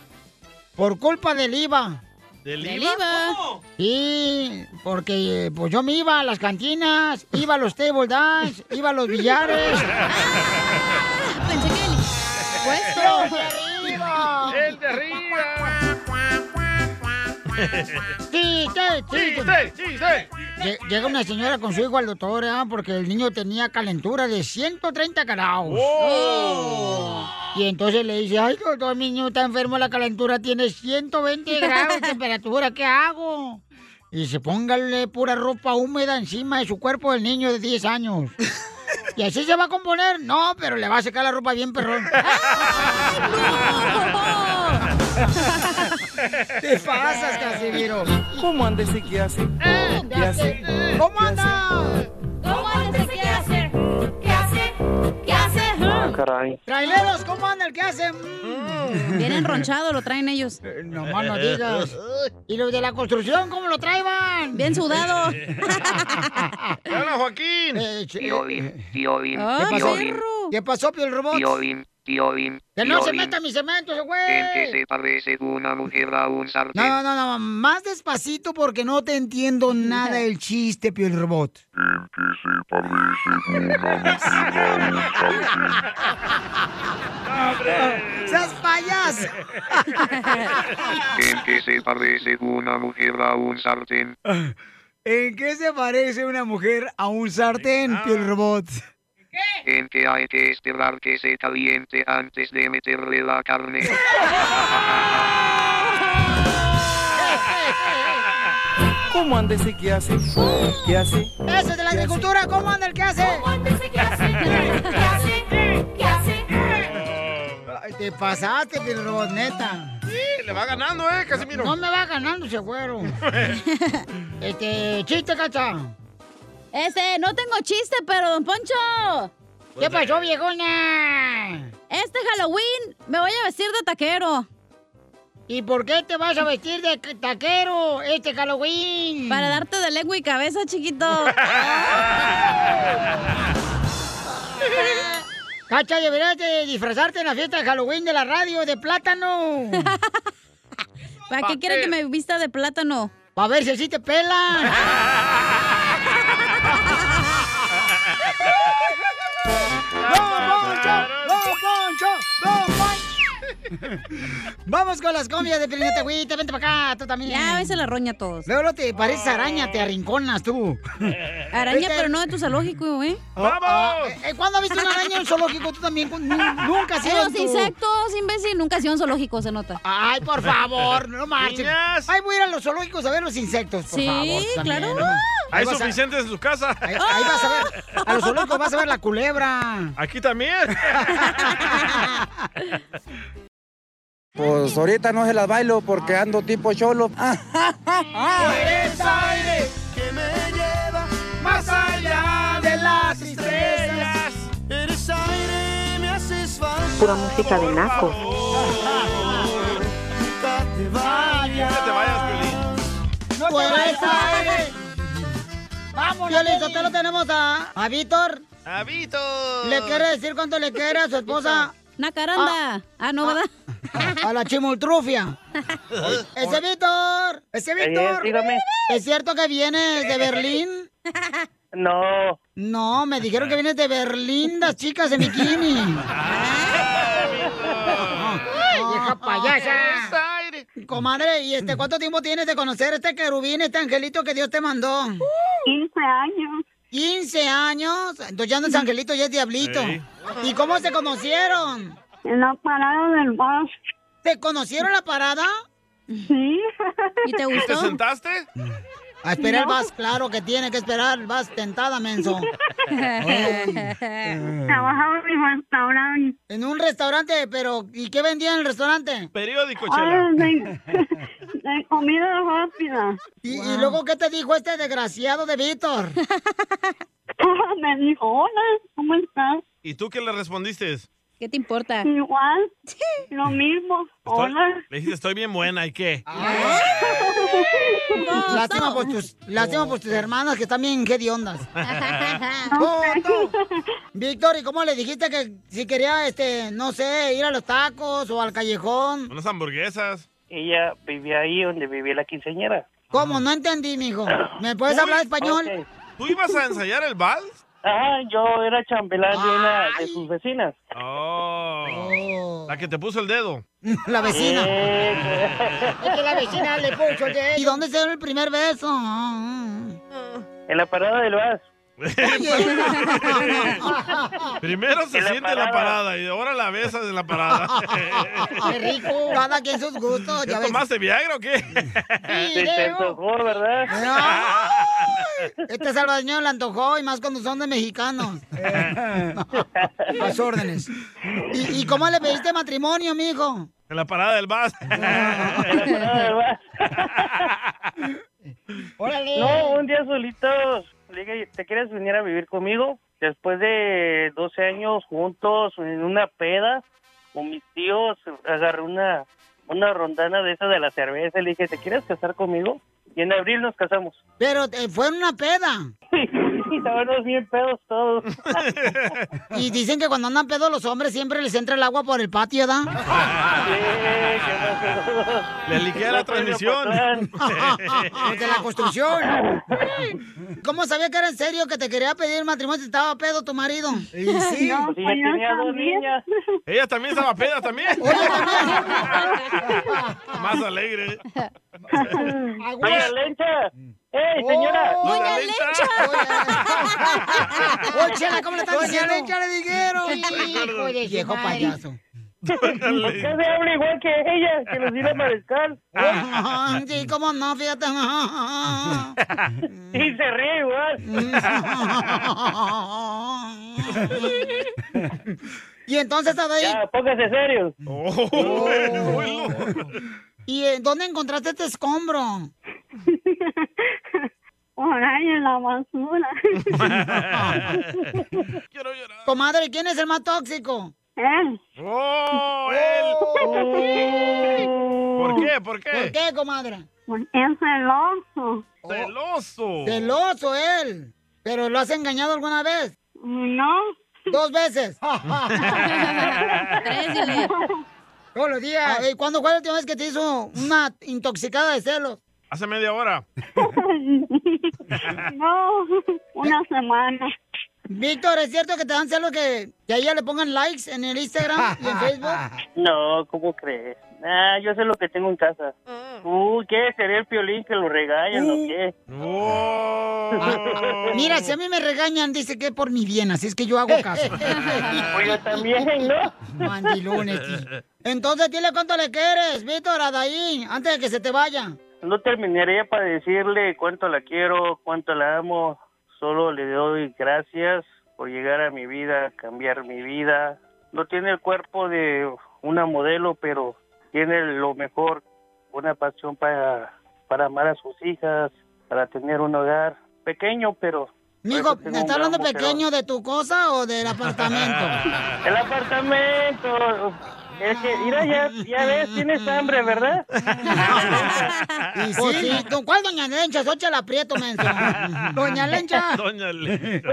Speaker 1: Por culpa del IVA.
Speaker 2: ¿Del
Speaker 1: ¿Del
Speaker 2: IVA?
Speaker 1: IVA? Sí, porque eh, pues yo me iba a las cantinas, iba a los table dance, iba a los billares.
Speaker 4: Pensé que el
Speaker 1: puesto.
Speaker 14: ¡El de arriba!
Speaker 1: ¡Chiste, chiste!
Speaker 14: ¡Chiste, chiste!
Speaker 1: Lle- Llega una señora con su hijo al doctor, ¿ah? porque el niño tenía calentura de 130 grados. Oh. Y entonces le dice, ay, doctor, mi niño está enfermo, la calentura tiene 120 grados de temperatura, ¿qué hago? Y dice, póngale pura ropa húmeda encima de su cuerpo del niño de 10 años. ¿Y así se va a componer? No, pero le va a secar la ropa bien perrón. Te pasas, Casimiro.
Speaker 14: ¿Cómo anda ese que hace? ¿Qué hace?
Speaker 1: ¿Cómo anda?
Speaker 14: Ah. ¿Cómo anda ese que hace? ¿Qué hace?
Speaker 4: ¿Qué hace?
Speaker 15: Ah, caray.
Speaker 1: Traileros, ¿cómo andan? ¿Qué hacen? Mm.
Speaker 4: Vienen ronchado, lo traen ellos.
Speaker 1: No más Eh, no digas. ¿Y los de la construcción cómo lo traigan?
Speaker 4: Bien sudado.
Speaker 1: ¡Hola, Joaquín! eh,
Speaker 5: Piolín, Piolín,
Speaker 1: Ah, ¿Qué pasó?
Speaker 5: Piolín,
Speaker 1: ¿Qué pasó, Pio el Robot?
Speaker 5: Piolín, Piolín,
Speaker 1: ¡Que no se
Speaker 5: Piolín.
Speaker 1: meta mi cemento, ese
Speaker 5: ¿En qué
Speaker 1: güey!
Speaker 5: se parece una mujer a un sartén?
Speaker 1: No, no, no, más despacito porque no te entiendo nada el chiste, Pio el Robot.
Speaker 14: ¿En qué se parece una Ah.
Speaker 1: ¡Seas payaso!
Speaker 5: ¿En qué se parece una mujer a un sartén?
Speaker 1: ¿En qué se parece una mujer a un sartén, Pio el Robot?
Speaker 5: En que hay que esperar que se caliente antes de meterle la carne.
Speaker 14: ¿Cómo anda ese que hace? ¿Qué hace?
Speaker 1: ¡Eso es de la agricultura! ¿Cómo anda el que hace? ¿Qué hace? ¿Qué hace? Te pasaste, Pio el Robot, neta.
Speaker 2: Sí, le va ganando, ¿eh, Casimiro?
Speaker 1: No me va ganando ese güero. este, chiste, cacha.
Speaker 4: Este, no tengo chiste, pero don Poncho.
Speaker 1: ¿Qué pasó, viejona?
Speaker 4: Este Halloween me voy a vestir de taquero.
Speaker 1: ¿Y por qué te vas a vestir de taquero este Halloween?
Speaker 4: Para darte de lengua y cabeza, chiquito.
Speaker 1: Cacha, deberías de disfrazarte en la fiesta de Halloween de la radio de plátano.
Speaker 4: ¿Para qué quiere que me vista de plátano?
Speaker 1: Para ver si así te pelan. Vamos con las combias de Pirineta, güey. Vente para acá, tú también.
Speaker 4: Ya, a veces la roña a todos.
Speaker 1: Luego luego te pareces araña, te arrinconas tú.
Speaker 4: Araña, pero no de tu zoológico, ¿eh?
Speaker 1: ¡Vamos! Oh, Ah, eh, ¿Cuándo has visto una araña en un zoológico? Tú también cu- nu- nunca has sido.
Speaker 4: Los insectos, imbécil, nunca ha sido un zoológico, se nota.
Speaker 1: Ay, por favor, no marches. Ay, voy a ir a los zoológicos a ver los insectos, por
Speaker 4: Sí,
Speaker 1: favor. también.
Speaker 4: claro.
Speaker 2: Hay
Speaker 1: Ahí vas a-
Speaker 2: suficientes en su casa.
Speaker 1: Ahí, ahí vas a ver, a los zoológicos vas a ver la culebra.
Speaker 2: Aquí también.
Speaker 9: Pues ahorita no se las bailo porque ando tipo cholo.
Speaker 14: Eres Pues aire que me lleva más allá de las estrellas. Eres aire, me haces falta.
Speaker 12: Pura música de naco.
Speaker 14: Nunca te vayas.
Speaker 2: Nunca te
Speaker 1: No
Speaker 14: te vayas,
Speaker 12: Pues
Speaker 14: aire.
Speaker 1: eh. Vamos, Violín, lo tenemos a, a Víctor.
Speaker 2: A Víctor.
Speaker 1: ¿Le quiere decir cuánto le quiere a su esposa?
Speaker 4: Nacaranda. Ah, no, ¿verdad?
Speaker 1: A la chimultrufia. ¡Ese Víctor! ¡Ese
Speaker 13: Eh,
Speaker 1: Víctor!
Speaker 13: dígame.
Speaker 1: ¿Es cierto que vienes de Berlín?
Speaker 13: No.
Speaker 1: No, me dijeron que vienes de Berlín, las chicas de bikini. No,
Speaker 14: Ah,
Speaker 1: ¡Vieja payasa! Comadre, ¿y este cuánto tiempo tienes de conocer este querubín, este angelito que Dios te mandó? 15 años. Mm. 15 años. Entonces ya no es angelito, ya es diablito.
Speaker 13: Ey.
Speaker 1: ¿Y cómo se conocieron? En la parada del bus. ¿Te conocieron en la parada? Sí. ¿Y te gustó?
Speaker 2: ¿Te sentaste?
Speaker 1: A esperar Ah, el
Speaker 2: No.
Speaker 1: bus, claro que tiene que esperar el bus tentada, menso.
Speaker 13: Trabajaba
Speaker 1: en un restaurante. En un restaurante, pero ¿y qué vendía en el restaurante?
Speaker 2: Periódico,
Speaker 13: Ah,
Speaker 2: chela.
Speaker 13: de, de comida rápida.
Speaker 1: ¿Y, y luego qué te dijo este desgraciado de Víctor?
Speaker 13: Me dijo, hola, ¿cómo estás?
Speaker 2: ¿Y tú qué le respondiste?
Speaker 4: ¿Qué te importa?
Speaker 13: Igual, lo mismo.
Speaker 2: Estoy-
Speaker 13: Hola.
Speaker 2: Le dijiste, estoy bien buena, ¿y qué?
Speaker 1: Lástima por tus, lástima por tus hermanas que están bien hediondas. Ah. ¡Foto! Víctor, ¿y cómo le dijiste que si quería, este, no sé, ir a los tacos o al callejón?
Speaker 2: Unas hamburguesas.
Speaker 12: Ella vivía ahí donde vivía la quinceañera.
Speaker 1: ¿Cómo? No entendí, mijo. ¿Me puedes
Speaker 12: Uy,
Speaker 1: hablar español?
Speaker 12: ok.
Speaker 2: ¿Tú ibas a ensayar el vals?
Speaker 12: Ah, yo era chambelán de una de sus vecinas.
Speaker 2: Oh. La que te puso el dedo.
Speaker 1: La vecina.
Speaker 12: Eh,
Speaker 1: Es que la vecina le puso el dedo. ¿Y dónde se dio el primer beso?
Speaker 12: en la parada del vas.
Speaker 2: Primero se
Speaker 12: En la
Speaker 2: siente la parada y ahora la besas en la parada.
Speaker 1: ¡Qué rico! Cada quien sus gustos,
Speaker 2: ¿Qué
Speaker 1: ya ves.
Speaker 2: tomaste Viagra o qué?
Speaker 1: te antojó,
Speaker 12: ¿verdad?
Speaker 1: Este salvadoreño le antojó y más cuando son de mexicanos. Las órdenes. ¿Y, y cómo le pediste matrimonio, mijo?
Speaker 2: En la parada del bus.
Speaker 1: Órale.
Speaker 12: No, un día solitos. Le dije, ¿te quieres venir a vivir conmigo? Después de 12 años juntos en una peda con mis tíos, agarré una, una rondana de esa de la cerveza. Le dije, ¿te quieres casar conmigo? Y en abril nos casamos.
Speaker 1: Pero eh, fue en una peda.
Speaker 12: y estábamos bien pedos todos.
Speaker 1: y dicen que cuando andan pedos los hombres siempre les entra el agua por el patio, ¿da?
Speaker 2: Le liquea la transmisión.
Speaker 1: Los de la construcción. ¿Cómo sabía que era en serio que te quería pedir matrimonio si estaba pedo tu marido?
Speaker 2: sí. No, Pues ya pues yo tenía dos también. niñas. Ella también estaba peda también. Más alegre.
Speaker 12: ¡Doña Lencha! ¡Ey, señora!
Speaker 1: Oh,
Speaker 12: ¡Doña
Speaker 1: Oye, chela, ¿cómo le están
Speaker 12: Doña
Speaker 1: diciendo?
Speaker 12: Lencha
Speaker 1: le dijeron. Hijo de su
Speaker 12: Viejo
Speaker 1: madre.
Speaker 12: payaso. ¿Por qué se habla igual que ella? Que nos iba a mariscar.
Speaker 1: Ah, Sí, cómo no, fíjate.
Speaker 12: Y se ríe
Speaker 1: igual. y entonces, Adai,
Speaker 12: Ya, póngase serios.
Speaker 2: Oh,
Speaker 1: ¿y eh, dónde encontraste este escombro?
Speaker 13: Por ahí en la basura.
Speaker 1: Comadre, ¿quién es el más tóxico?
Speaker 13: Él.
Speaker 2: ¡Oh, él! ¿Por qué? ¿Por qué?
Speaker 1: ¿Por qué, comadre?
Speaker 13: Es celoso.
Speaker 2: ¡Celoso!
Speaker 1: Celoso él. ¿Pero lo has engañado alguna vez?
Speaker 13: No.
Speaker 1: ¿Dos veces?
Speaker 14: Tres, dile.
Speaker 1: Todos los días. Eh, ¿Cuándo fue la última vez que te hizo una intoxicada de celos?
Speaker 2: Hace media hora.
Speaker 1: No, una semana. Víctor, ¿es cierto que te dan celos que, que a ella le pongan likes en el Instagram y en Facebook?
Speaker 12: No, ¿cómo crees? Ah, yo sé lo que tengo en casa. Uh, ¿qué? ¿Sería el piolín que lo regañan o qué?
Speaker 1: Mira, si a mí me regañan, dice que es por mi bien, así es que yo hago caso.
Speaker 12: Pues yo también, ¿no?
Speaker 1: Mandilones, tío. Entonces, dile cuánto le quieres, Víctor, a Daín, antes de que se te vaya.
Speaker 12: No terminaría para decirle cuánto la quiero, cuánto la amo. Solo le doy gracias por llegar a mi vida, cambiar mi vida. No tiene el cuerpo de una modelo, pero tiene lo mejor, una pasión para, para amar a sus hijas, para tener un hogar pequeño, pero...
Speaker 1: Mijo,
Speaker 12: Tengo
Speaker 1: ¿me
Speaker 12: un
Speaker 1: está hablando
Speaker 12: gran mujerón.
Speaker 1: pequeño de tu cosa o del apartamento?
Speaker 12: El apartamento. Es que, mira, ya, ya ves, tienes hambre, ¿verdad? Pues
Speaker 1: Y sí, ¿con cuál doña Lencha? Soy la aprieto, menso. Doña Lencha.
Speaker 2: Doña Lencha.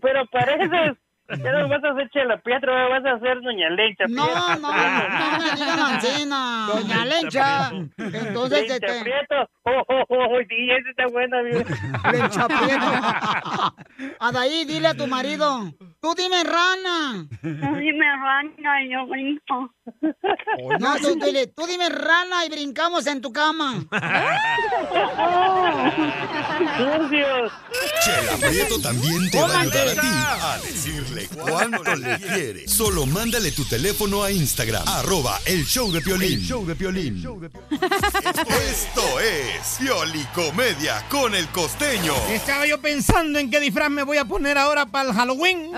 Speaker 12: Pero pareces. Ya no vas a hacer chela piedra, vas a hacer doña lecha.
Speaker 1: No, no, no me digan Ancina. Doña Lencha. Entonces,
Speaker 12: Lencha
Speaker 1: este-
Speaker 12: Prieto. Oh, oh, oh, oh, sí, esa está buena, mira.
Speaker 1: Lencha Adaí, dile a tu marido. Tú dime rana.
Speaker 13: Tú dime rana y yo brinco.
Speaker 1: No, tú, dile, tú dime rana y brincamos en tu cama.
Speaker 11: Chela Prieto también te va a ayudar a ti a
Speaker 6: decirle
Speaker 11: cuánto le quieres. Solo mándale tu teléfono a Instagram, arroba el show de Piolín. show de Piolín. Esto es Piolicomedia con el costeño.
Speaker 18: Estaba yo pensando en qué disfraz me voy a poner ahora para el Halloween.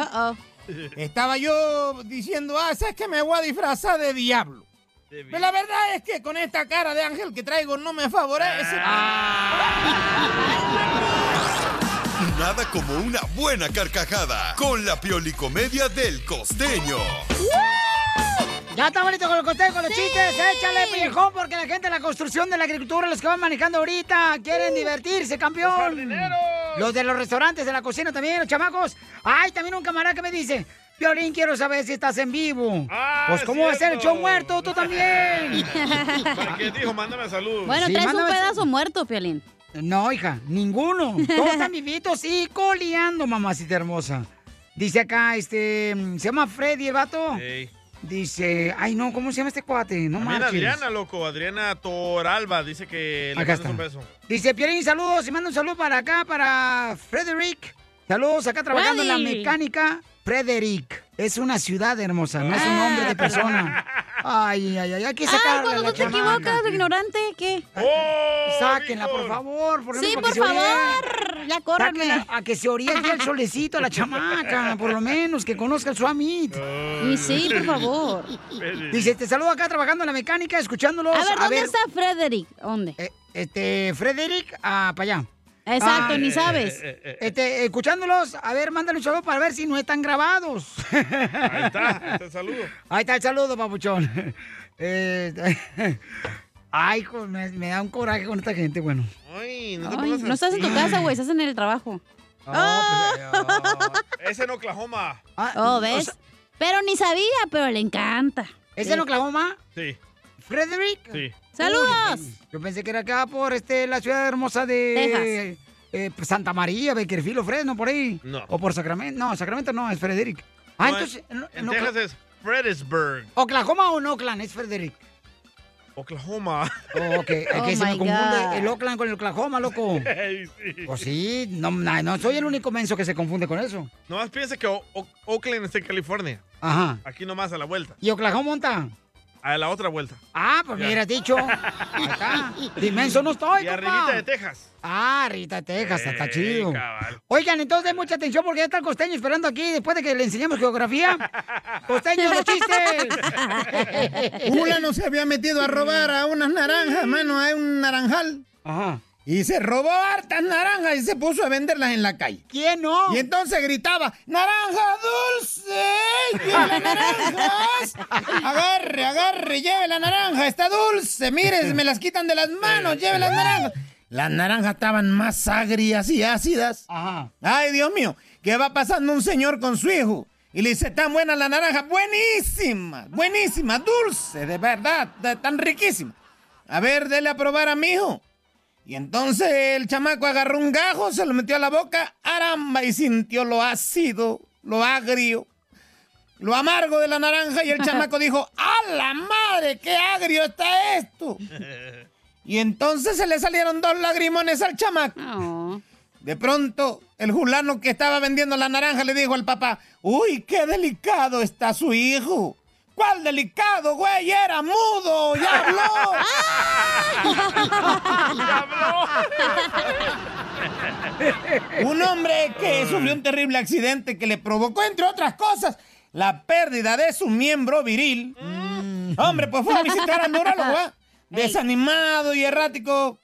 Speaker 18: Estaba yo diciendo, ah, ¿sabes que Me voy a disfrazar de diablo. Pero la verdad es que con esta cara de ángel que traigo no me favorece.
Speaker 11: nada como una buena carcajada con la piolicomedia del costeño.
Speaker 1: Ya está bonito con el costeño, con los chistes. Échale, pellejón, porque la gente de la construcción, de la agricultura, los que van manejando ahorita, quieren divertirse, campeón. Los, de los restaurantes, de la cocina también, los chamacos. Ay, también un camarada que me dice, Piolín, quiero saber si estás en vivo. pues, ¿cómo va a ser el show muerto? Tú también.
Speaker 2: ¿Qué dijo? Mándame salud.
Speaker 4: Bueno,
Speaker 1: Sí,
Speaker 4: traes
Speaker 1: mándame-
Speaker 4: un pedazo muerto, Piolín.
Speaker 1: No, hija, ninguno. Todos están vivitos y coleando, mamacita hermosa. Dice acá, este, se llama Freddy el vato. Dice, ay no, ¿cómo se llama este cuate? No
Speaker 2: También
Speaker 1: manches.
Speaker 2: Adriana, loco. Adriana Toralba dice que le
Speaker 1: Acá
Speaker 2: mandes un beso.
Speaker 1: Dice, Pierín, saludos y manda un saludo para acá, para Frederick. Saludos acá trabajando en la
Speaker 14: Freddy.
Speaker 1: mecánica. Frederick. Es una ciudad hermosa, no es
Speaker 4: Ah.
Speaker 1: un nombre de persona. Ay, ay, ay, hay que sacarla.
Speaker 4: Ay, cuando
Speaker 1: la
Speaker 4: tú te
Speaker 1: chamaca.
Speaker 4: equivocas, ignorante, ¿qué?
Speaker 1: Sáquenla, por favor. Por
Speaker 4: Sí,
Speaker 1: ejemplo,
Speaker 4: por
Speaker 1: para que se oríe.
Speaker 4: favor. Ya córreme.
Speaker 1: Sáquenla A que se oríe aquí al solecito, la chamaca, por lo menos, que conozca el Suamit.
Speaker 4: Y sí, por favor.
Speaker 1: Dice, te saludo acá trabajando en la mecánica, escuchándolos.
Speaker 4: A ver, ¿dónde está Frederick? ¿Dónde?
Speaker 1: este, Frederick, ah, para allá.
Speaker 4: Exacto,
Speaker 1: Ah,
Speaker 4: ni sabes.
Speaker 1: eh, eh, eh, Este, escuchándolos, a ver, mándale un saludo para ver si no están grabados. Ahí
Speaker 2: está, te saludo.
Speaker 1: Ahí está el saludo, papuchón. Eh, ay, hijo, me, me da un coraje con esta gente, bueno.
Speaker 2: Ay, no te
Speaker 4: Ay,
Speaker 2: pongas
Speaker 4: no estás en tu
Speaker 2: así.
Speaker 4: casa, güey, Ah. estás en el trabajo.
Speaker 1: pues, eh,
Speaker 2: Es en Oklahoma.
Speaker 1: Ah,
Speaker 4: oh, ¿ves? pero ni sabía, pero le encanta.
Speaker 1: ¿Es en Oklahoma?
Speaker 2: Sí.
Speaker 1: Frederick.
Speaker 2: Sí.
Speaker 4: ¡Saludos!
Speaker 1: Uy, yo, pensé que era acá por este, la ciudad hermosa de eh, pues, Santa María, Bakerfield o Fresno, por ahí.
Speaker 2: No.
Speaker 1: O por Sacramento. No, Sacramento no, es Frederick. Ah,
Speaker 2: No,
Speaker 1: entonces.
Speaker 2: En, en
Speaker 1: no-
Speaker 2: Texas es Fredericksburg.
Speaker 1: ¿Oklahoma o no Oakland? Es Frederick.
Speaker 2: Oklahoma.
Speaker 1: Oh, ok, es que se me confunde el Oakland con el Oklahoma, loco. Pues Oh. sí, no, na- no soy el único menso que se confunde con eso.
Speaker 2: Nomás piensa que O- O- Oakland está en California.
Speaker 1: Ajá.
Speaker 2: Aquí nomás a la vuelta.
Speaker 1: ¿Y Oklahoma monta?
Speaker 2: A la otra vuelta.
Speaker 1: Ah, pues
Speaker 2: Ya.
Speaker 1: me hubieras dicho. Ahí está. De menso no estoy,
Speaker 2: Y
Speaker 1: compa.
Speaker 2: arribita de Texas.
Speaker 1: Ah, arribita de Texas, está
Speaker 2: Eh,
Speaker 1: chido.
Speaker 2: cabal.
Speaker 1: Oigan, entonces mucha atención porque ya está el costeño esperando aquí después de que le enseñemos geografía. Costeño, los chistes.
Speaker 18: Fulano se había metido a robar a unas naranjas, mano, a un naranjal.
Speaker 1: Ajá.
Speaker 18: Y se robó hartas naranjas y se puso a venderlas en la calle.
Speaker 1: ¿Quién no?
Speaker 18: Y entonces gritaba, ¡Naranja dulce! ¡Lleve las naranjas! ¡Agarre, agarre, lleve la naranja! ¡Está dulce! ¡Mire, me las quitan de las manos! ¡Lleve las naranjas! Las naranjas estaban más agrias y ácidas. Ay, Dios mío, que va pasando un señor con su hijo. Y le dice, tan buena la naranja, buenísima, buenísima, dulce, de verdad, de- tan riquísima. A ver, dele a probar a mi hijo. Y entonces el chamaco agarró un gajo, se lo metió a la boca, aramba, y sintió lo ácido, lo agrio, lo amargo de la naranja. Y el chamaco dijo, ¡a la madre, qué agrio está esto! Y entonces se le salieron dos lagrimones al chamaco. De pronto, el julano que estaba vendiendo la naranja le dijo al papá, ¡Uy, qué delicado está su hijo! ¿Cuál delicado, güey? Era mudo, ya habló. Un hombre que sufrió un terrible accidente que le provocó, entre otras cosas, la pérdida de su miembro viril.
Speaker 1: Mm.
Speaker 18: Hombre, pues fue a visitar al neurólogo, ¿ah? Desanimado y errático.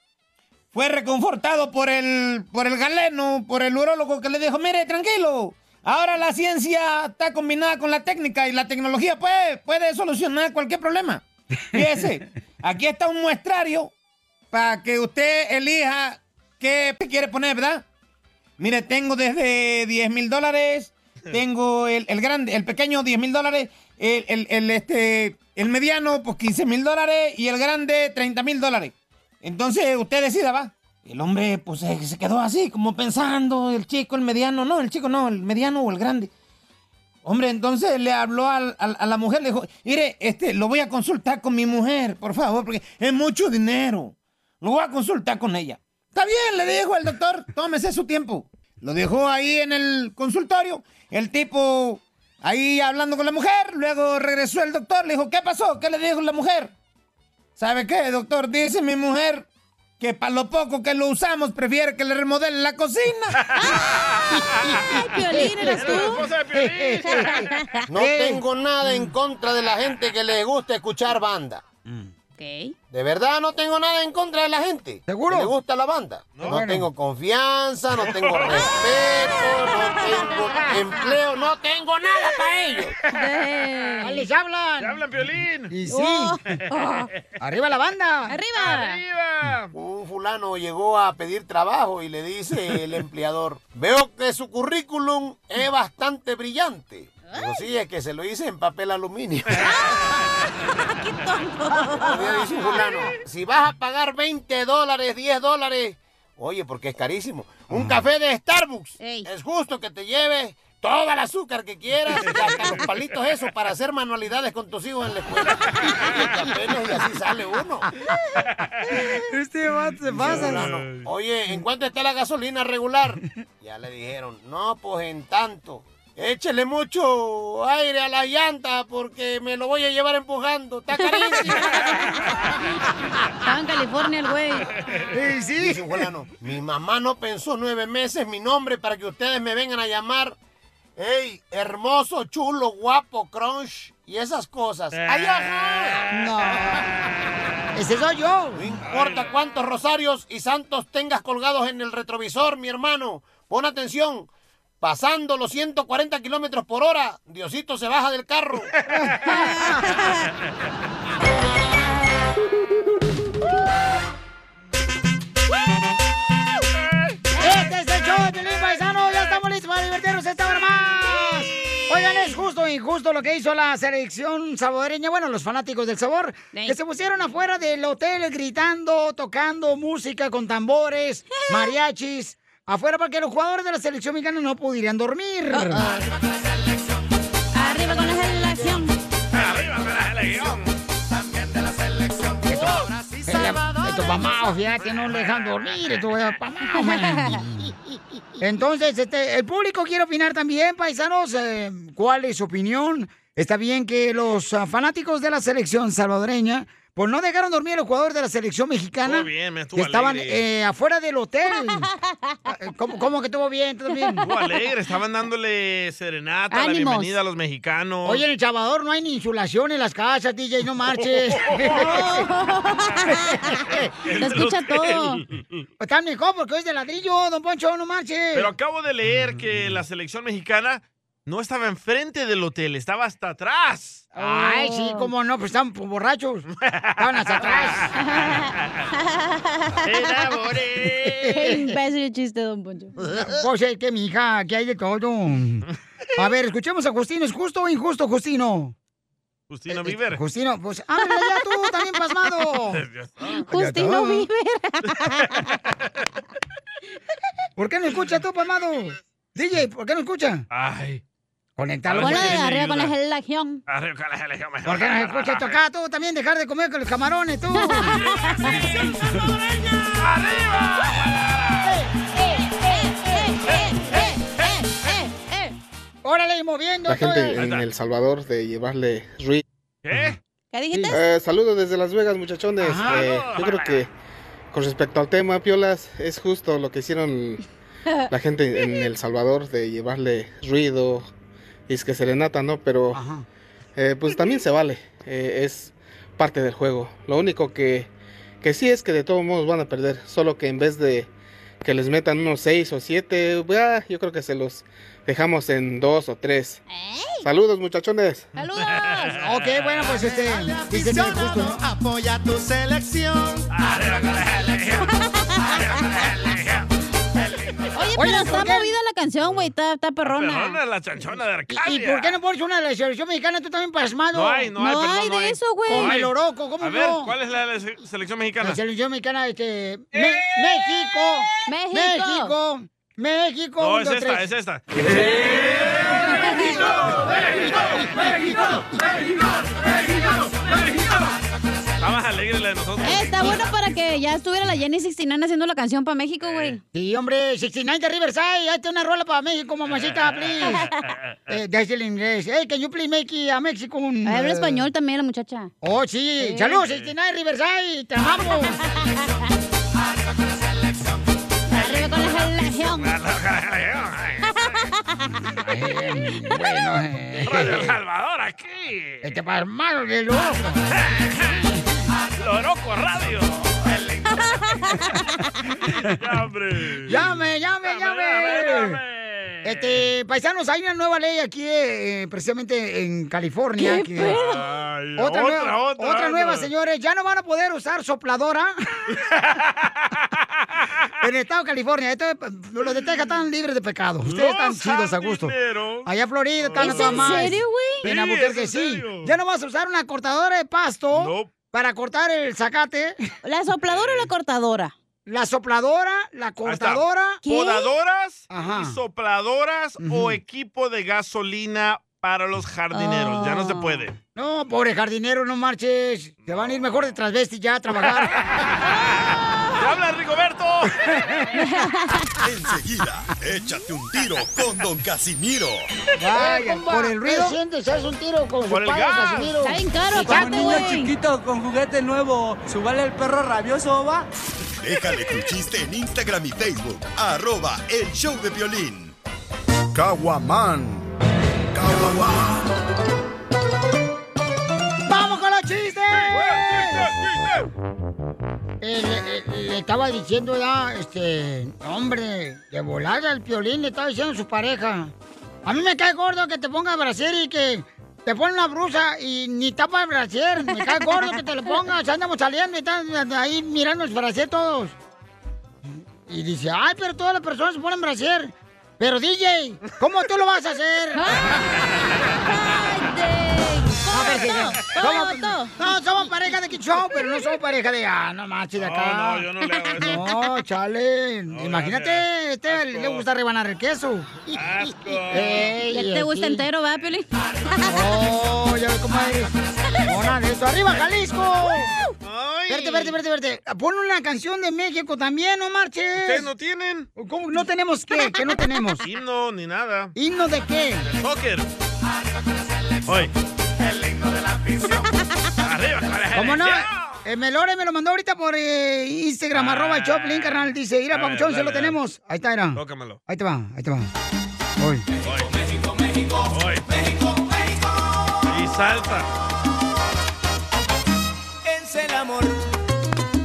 Speaker 18: Fue reconfortado por el, por el galeno, por el urólogo que le dijo, mire, tranquilo, ahora la ciencia está combinada con la técnica y la tecnología puede, puede solucionar cualquier problema. Fíjese, aquí está un muestrario para que usted elija qué quiere poner, ¿verdad? Mire, tengo desde 10 mil dólares, tengo el, el grande, el pequeño 10 mil dólares, el, el- el, este, el mediano pues 15 mil dólares y el grande 30 mil dólares. Entonces usted decida, va. El hombre pues se, se quedó así, como pensando, el chico, el mediano, no, el chico no, el mediano o el grande. Hombre, entonces le habló al- al- a la mujer, le dijo, mire, este, lo voy a consultar con mi mujer, por favor, porque es mucho dinero. Lo voy a consultar con ella. Está bien, le dijo el doctor, tómese su tiempo. Lo dejó ahí en el consultorio, el tipo ahí hablando con la mujer, luego regresó el doctor, le dijo, ¿qué pasó? ¿Qué le dijo la mujer? ¿Sabe qué, doctor? Dice mi mujer que para lo poco que lo usamos prefiere que le remodelen la cocina.
Speaker 14: Piolín, ¿eres tú? Era la esposa de Piolín.
Speaker 1: Eh.
Speaker 16: No tengo nada en contra de la gente que le gusta escuchar banda.
Speaker 4: Ok.
Speaker 19: De verdad no tengo nada en contra de la gente. ¿Seguro? Me gusta la banda. No, tengo confianza, no tengo respeto, no tengo empleo, no tengo nada para ellos.
Speaker 1: ¡Ah, les hablan!
Speaker 2: ¡Te hablan, Piolín!
Speaker 1: Y sí.
Speaker 19: Oh.
Speaker 1: ¡Arriba la banda!
Speaker 19: ¡Arriba! Un fulano llegó a pedir trabajo y le dice el empleador, veo que su currículum es bastante brillante. Digo, sí, es que se lo hice en papel aluminio. Ah, ¡Qué tonto! dice un fulano, si vas a pagar 20 dólares, 10 dólares, oye, porque es carísimo, un café de Starbucks, es justo que te lleves todo el azúcar que quieras y hasta los palitos esos para hacer manualidades con tus hijos en la escuela. Y apenas y así sale uno.
Speaker 1: Este vato se pasa.
Speaker 19: Fulano, Oye, ¿en cuánto está la gasolina regular? Ya le dijeron, no, pues en tanto. Échele mucho aire a la llanta porque me lo voy a llevar empujando. Está carísimo.
Speaker 4: Estaba en California el güey.
Speaker 19: Sí, sí. Dice un fulano, mi mamá no pensó nueve meses mi nombre para que ustedes me vengan a llamar. ¡Ey, hermoso, chulo, guapo, crunch! Y esas cosas. ¡Ay, ajá! No.
Speaker 1: Ese soy yo.
Speaker 19: No importa cuántos rosarios y santos tengas colgados en el retrovisor, mi hermano. Pon atención. Pasando los 140 kilómetros por hora, Diosito se baja del carro.
Speaker 1: Este es el show de Piolín, Paisano. Ya estamos listos para divertirnos esta hora más. Oigan, es justo o injusto lo que hizo la selección salvadoreña. Bueno, los fanáticos del sabor. Que se pusieron afuera del hotel gritando, tocando música con tambores, mariachis. Afuera porque los jugadores de la selección mexicana no pudieran dormir.
Speaker 4: Arriba con la selección.
Speaker 2: Arriba con la selección.
Speaker 19: También de la selección.
Speaker 1: Estos pamados, fíjate, no le dejan dormir. Estos pamados, man. Entonces, este, el público quiere opinar también, paisanos. eh, ¿Cuál es su opinión? Está bien que los ah, fanáticos de la selección salvadoreña, pues no dejaron dormir a los jugadores de la selección mexicana.
Speaker 2: Estuvo bien, me
Speaker 1: que
Speaker 2: estuvo
Speaker 1: estaban
Speaker 2: alegre.
Speaker 1: eh, afuera del hotel. Ah, ¿Cómo, cómo que estuvo bien? ¿Todo bien?
Speaker 2: Estuvo alegre, estaban dándole serenata, la
Speaker 1: Ánimos.
Speaker 2: bienvenida a los mexicanos.
Speaker 1: Oye, en El Salvador no hay ni insulación en las casas, DJ, no marches.
Speaker 2: Lo escucha El todo. hotel.
Speaker 1: Pues Está mejor porque hoy es de ladrillo, don Poncho, no marches.
Speaker 2: Pero acabo de leer que la selección mexicana no estaba enfrente del hotel, estaba hasta atrás.
Speaker 1: Ay, sí,
Speaker 2: oh.
Speaker 1: cómo no, pues estaban borrachos. Estaban hasta atrás.
Speaker 4: Qué imbécil chiste, don Poncho.
Speaker 1: Pues es que, mija, que hay de todo. A ver, escuchemos a Justino. ¿Es justo o injusto, Justino?
Speaker 2: Justino Bieber.
Speaker 1: Justino, pues ábrele ya tú, también pasmado.
Speaker 4: Justino
Speaker 1: ¿Por qué no escucha tú, pasmado? DJ, ¿por qué no escucha?
Speaker 2: Ay.
Speaker 1: Conectalo.
Speaker 4: Hola, de arriba con la selección.
Speaker 2: Arriba con la selección mejor.
Speaker 1: ¿Por qué no escucha esto acá? Tú también dejar de comer con los camarones, tú. Órale, y moviendo.
Speaker 24: La gente
Speaker 1: todo.
Speaker 24: en El Salvador de llevarle ruido.
Speaker 2: ¿Qué?
Speaker 4: ¿Qué dijiste?
Speaker 24: Eh, saludos desde Las Vegas, muchachones.
Speaker 4: Ajá.
Speaker 24: Eh, yo creo que con respecto al tema, Piolas, es justo lo que hicieron la gente en El Salvador de llevarle ruido y es que serenata, ¿no? Pero eh, pues también se vale, eh, es parte del juego. Lo único que, que sí es que de todos modos van a perder, solo que en vez de que les metan unos 6 o 7, yo creo que se los dejamos en 2 o 3. Saludos muchachones.
Speaker 4: ¡Saludos!
Speaker 1: ok, bueno, pues este.
Speaker 24: dice que es justo,
Speaker 14: Aficionado, apoya tu selección.
Speaker 7: Ah,
Speaker 14: Arriba con la selección.
Speaker 4: Oye,
Speaker 1: Oye,
Speaker 4: pero
Speaker 1: ¿por
Speaker 4: está
Speaker 1: qué?
Speaker 4: movida la canción, güey. Está, está perrona.
Speaker 2: Perdona la chanchona de Arcadia.
Speaker 1: ¿Y por qué no pones una de la selección mexicana? Tú también pasmado.
Speaker 2: No hay, no hay, perdón, no hay.
Speaker 1: Con el
Speaker 2: No hay.
Speaker 1: oroco, ¿cómo
Speaker 2: A ver, Eh.
Speaker 1: no?
Speaker 2: ¿cuál es la de la se- selección mexicana?
Speaker 1: La selección mexicana, este. Me- México. México. México.
Speaker 2: No,
Speaker 1: un,
Speaker 2: es
Speaker 1: dos,
Speaker 2: esta,
Speaker 1: tres.
Speaker 2: es esta.
Speaker 14: México, México, México, México, México.
Speaker 2: Está más alegre la de nosotros.
Speaker 4: Eh, está bueno para que ya estuviera la Jenny 69 haciendo la canción para México, güey.
Speaker 1: Sí, hombre, 69 de Riverside, hazte una rola para México, mamacita, please. Eh, desde el inglés. Hey, can you please make it a Mexico?
Speaker 4: Habla
Speaker 1: Eh,
Speaker 4: español también la muchacha.
Speaker 1: Oh, sí.
Speaker 4: Sí.
Speaker 1: Saludos, 69 de Riverside, te amamos.
Speaker 4: Arriba con la selección.
Speaker 1: bueno, eh.
Speaker 2: Radio Salvador aquí.
Speaker 1: Este palmaro de loco.
Speaker 2: Loroco Radio.
Speaker 1: Llame, llame, llame. Este, paisanos, hay una nueva ley aquí, eh, precisamente en California. que-
Speaker 2: Ay,
Speaker 1: otra,
Speaker 2: otra,
Speaker 1: nueva, otra
Speaker 2: otra.
Speaker 1: nueva, señores. Ya no van a poder usar sopladora. en el estado de California. Esto es- los de Texas están libres de pecado. Ustedes están chidos a gusto. Allá en Florida están
Speaker 4: ¿Es
Speaker 1: las
Speaker 4: en
Speaker 1: mamás.
Speaker 4: serio, güey?
Speaker 1: En
Speaker 4: Sí,
Speaker 1: Albuquerque,
Speaker 4: es en
Speaker 1: sí.
Speaker 4: serio.
Speaker 1: Ya no vas a usar una cortadora de pasto para cortar el zacate.
Speaker 4: ¿La sopladora o la cortadora?
Speaker 1: La sopladora, la cortadora.
Speaker 2: Podadoras
Speaker 1: Ajá.
Speaker 2: y sopladoras o equipo de gasolina para los jardineros. Ya no se puede.
Speaker 1: Oh. No, pobre jardinero, no marches. Te van a ir mejor de transvesti ya a trabajar.
Speaker 2: ¡Habla, Rigoberto!
Speaker 11: Enseguida, échate un tiro con Don Casimiro.
Speaker 1: Vaya, por el ruido.
Speaker 7: Haz un tiro con
Speaker 11: Por
Speaker 7: su
Speaker 11: el
Speaker 7: padre,
Speaker 11: gas.
Speaker 7: Casimiro.
Speaker 11: Está bien caro,
Speaker 7: Y como
Speaker 11: aparte,
Speaker 7: niño
Speaker 11: güey.
Speaker 7: chiquito con juguete nuevo, ¿subale el perro rabioso va?
Speaker 11: Déjale tu chiste en Instagram y Facebook. Arroba el show de violín.
Speaker 19: Caguaman.
Speaker 1: ¡Vamos con los chistes! Eh, le, eh, le estaba diciendo ya, este, hombre, de volada el piolín, le estaba diciendo a su pareja. A mí me cae gordo que te ponga brasier y que te pone la brusa y ni tapa el brasier. Me cae gordo que te lo pongas. Andamos saliendo y están ahí mirando el brasier todos. Y dice, ay, pero todas las personas se ponen brasier. Pero DJ, ¿cómo tú lo vas a hacer? No, somos, no, somos pareja de Quichón, pero no somos pareja de. Ah, no manches, de acá.
Speaker 2: No, no, yo no le hago eso.
Speaker 1: No, chale. Imagínate, este le gusta rebanar el queso.
Speaker 2: Asco.
Speaker 1: Ey,
Speaker 4: ¿Ya te gusta
Speaker 1: aquí.
Speaker 4: entero, va, Piolín?
Speaker 1: No, ya ve cómo eres. Mona de eso. ¡Arriba, Jalisco! Verte, verte, verte, verte. Pon una canción de México también, no marches.
Speaker 2: ¿Ustedes no tienen?
Speaker 1: ¿Cómo? ¿No tenemos qué? ¿Qué no tenemos?
Speaker 2: Himno ni nada.
Speaker 1: ¿Himno de qué?
Speaker 2: Soccer. Hoy. Arriba, Corea.
Speaker 1: ¿Cómo no? Eh, Melore me lo mandó ahorita por eh, Instagram, arroba el Choplin, carnal. Dice, mira,
Speaker 2: Ah. A ver,
Speaker 1: papuchón, se
Speaker 2: dale,
Speaker 1: lo
Speaker 2: dale.
Speaker 1: tenemos. Ahí está, mira.
Speaker 2: Tócamelo.
Speaker 1: Ahí te va, ahí te va. Hoy.
Speaker 2: México, México, México, México. Y salta.
Speaker 7: Es el amor.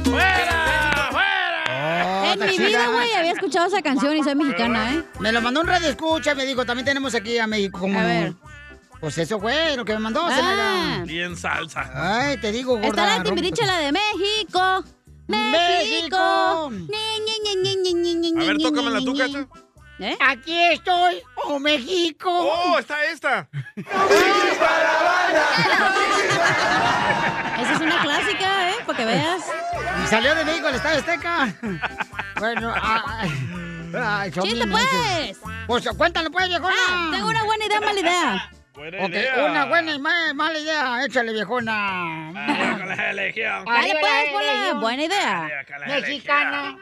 Speaker 2: ¡Fuera!
Speaker 1: ¡Fuera!
Speaker 4: En mi vida, güey, había escuchado esa canción y soy mexicana, ¿eh?
Speaker 1: Me lo mandó un radio escucha, me dijo, también tenemos aquí a México como...
Speaker 4: A ver.
Speaker 1: Pues eso fue lo que me mandó,
Speaker 4: Ah.
Speaker 1: Zenaida.
Speaker 2: Bien salsa.
Speaker 1: Ay, te digo, gorda.
Speaker 4: Está la
Speaker 1: rompe-
Speaker 4: timbiriche, la de México. México.
Speaker 1: México.
Speaker 2: A ver, tócamela tú, Cacha.
Speaker 1: Aquí estoy, oh México.
Speaker 2: ¡Oh, está esta!
Speaker 4: Esa es una clásica, ¿eh? Para que veas.
Speaker 1: Y salió de México el Estado Azteca. bueno, ah, ah, ay, son
Speaker 4: ¡Chiste,
Speaker 1: bien
Speaker 4: pues!
Speaker 1: Pues cuéntalo, pues, viejona.
Speaker 4: Ah, tengo una buena idea, mala idea.
Speaker 1: Ok, una buena y ma- mala idea. Échale, viejona.
Speaker 4: Ah. Dale,
Speaker 1: Arriba
Speaker 4: pues,
Speaker 1: la
Speaker 4: ponla.
Speaker 1: elección.
Speaker 4: Buena idea.
Speaker 1: Mexicana.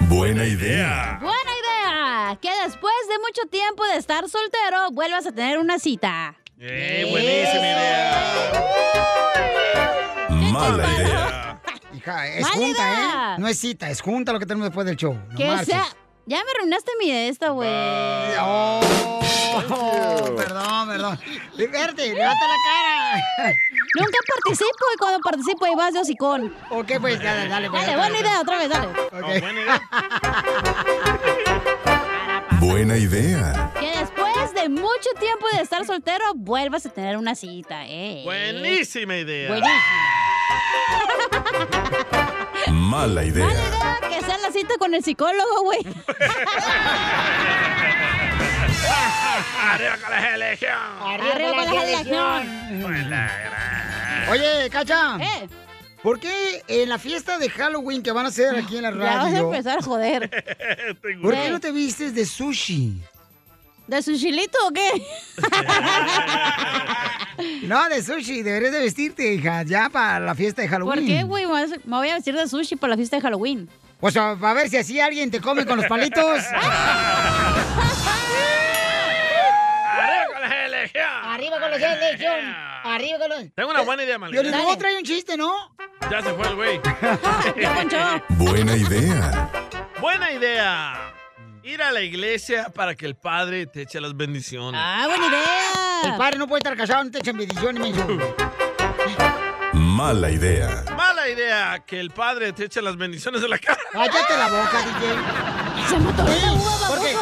Speaker 11: Buena idea.
Speaker 4: Buena idea. Que después de mucho tiempo de estar soltero, vuelvas a tener una cita.
Speaker 2: ¡Eh, buenísima idea!
Speaker 11: Mala idea.
Speaker 1: Hija, es
Speaker 4: Mala
Speaker 1: junta,
Speaker 4: idea.
Speaker 1: ¿eh? No es cita, es junta lo que tenemos después del show. No
Speaker 4: Que
Speaker 1: marches.
Speaker 4: sea. Ya me arruinaste mi de esta, güey.
Speaker 1: Oh, perdón, perdón. Verte, levanta la cara.
Speaker 4: Nunca participo y cuando participo ahí vas de hocicón.
Speaker 1: Ok, pues dale, dale.
Speaker 4: Dale, buena idea, otra vez, dale.
Speaker 11: Buena idea.
Speaker 4: Que después de mucho tiempo de estar soltero, vuelvas a tener una cita, eh.
Speaker 2: Buenísima idea.
Speaker 4: Buenísima.
Speaker 11: Mala idea.
Speaker 4: Que sea la cita con el psicólogo, güey.
Speaker 2: Arriba con la elección.
Speaker 4: Arriba con la selección.
Speaker 1: Oye, Cacha. ¿Por qué en la fiesta de Halloween que van a hacer aquí en la
Speaker 4: Ya vas a
Speaker 1: radio?
Speaker 4: empezar a joder.
Speaker 1: ¿Por qué no te vistes de sushi?
Speaker 4: ¿De su chilito o qué?
Speaker 1: No, de sushi, deberías de vestirte, hija, ya para la fiesta de Halloween.
Speaker 4: ¿Por qué, güey? Me vas- me voy a vestir de sushi para la fiesta de Halloween.
Speaker 1: O sea, Pues, a ver si así alguien te come con los palitos.
Speaker 2: Arriba con la elección.
Speaker 1: Arriba con la selección. Arriba con los...
Speaker 2: Tengo una buena idea, mala
Speaker 1: Yo
Speaker 2: idea.
Speaker 1: luego trae un chiste, ¿no?
Speaker 2: Ya se fue el güey.
Speaker 11: Buena idea.
Speaker 2: Buena idea. Ir a la iglesia para que el padre te eche las bendiciones.
Speaker 4: Ah, buena idea.
Speaker 1: El padre no puede estar casado, no te echan bendiciones, menso.
Speaker 11: Mala idea.
Speaker 2: Mala idea que el padre te eche las bendiciones de la cara.
Speaker 1: Cállate la boca, DJ. Se mató la uva, Porque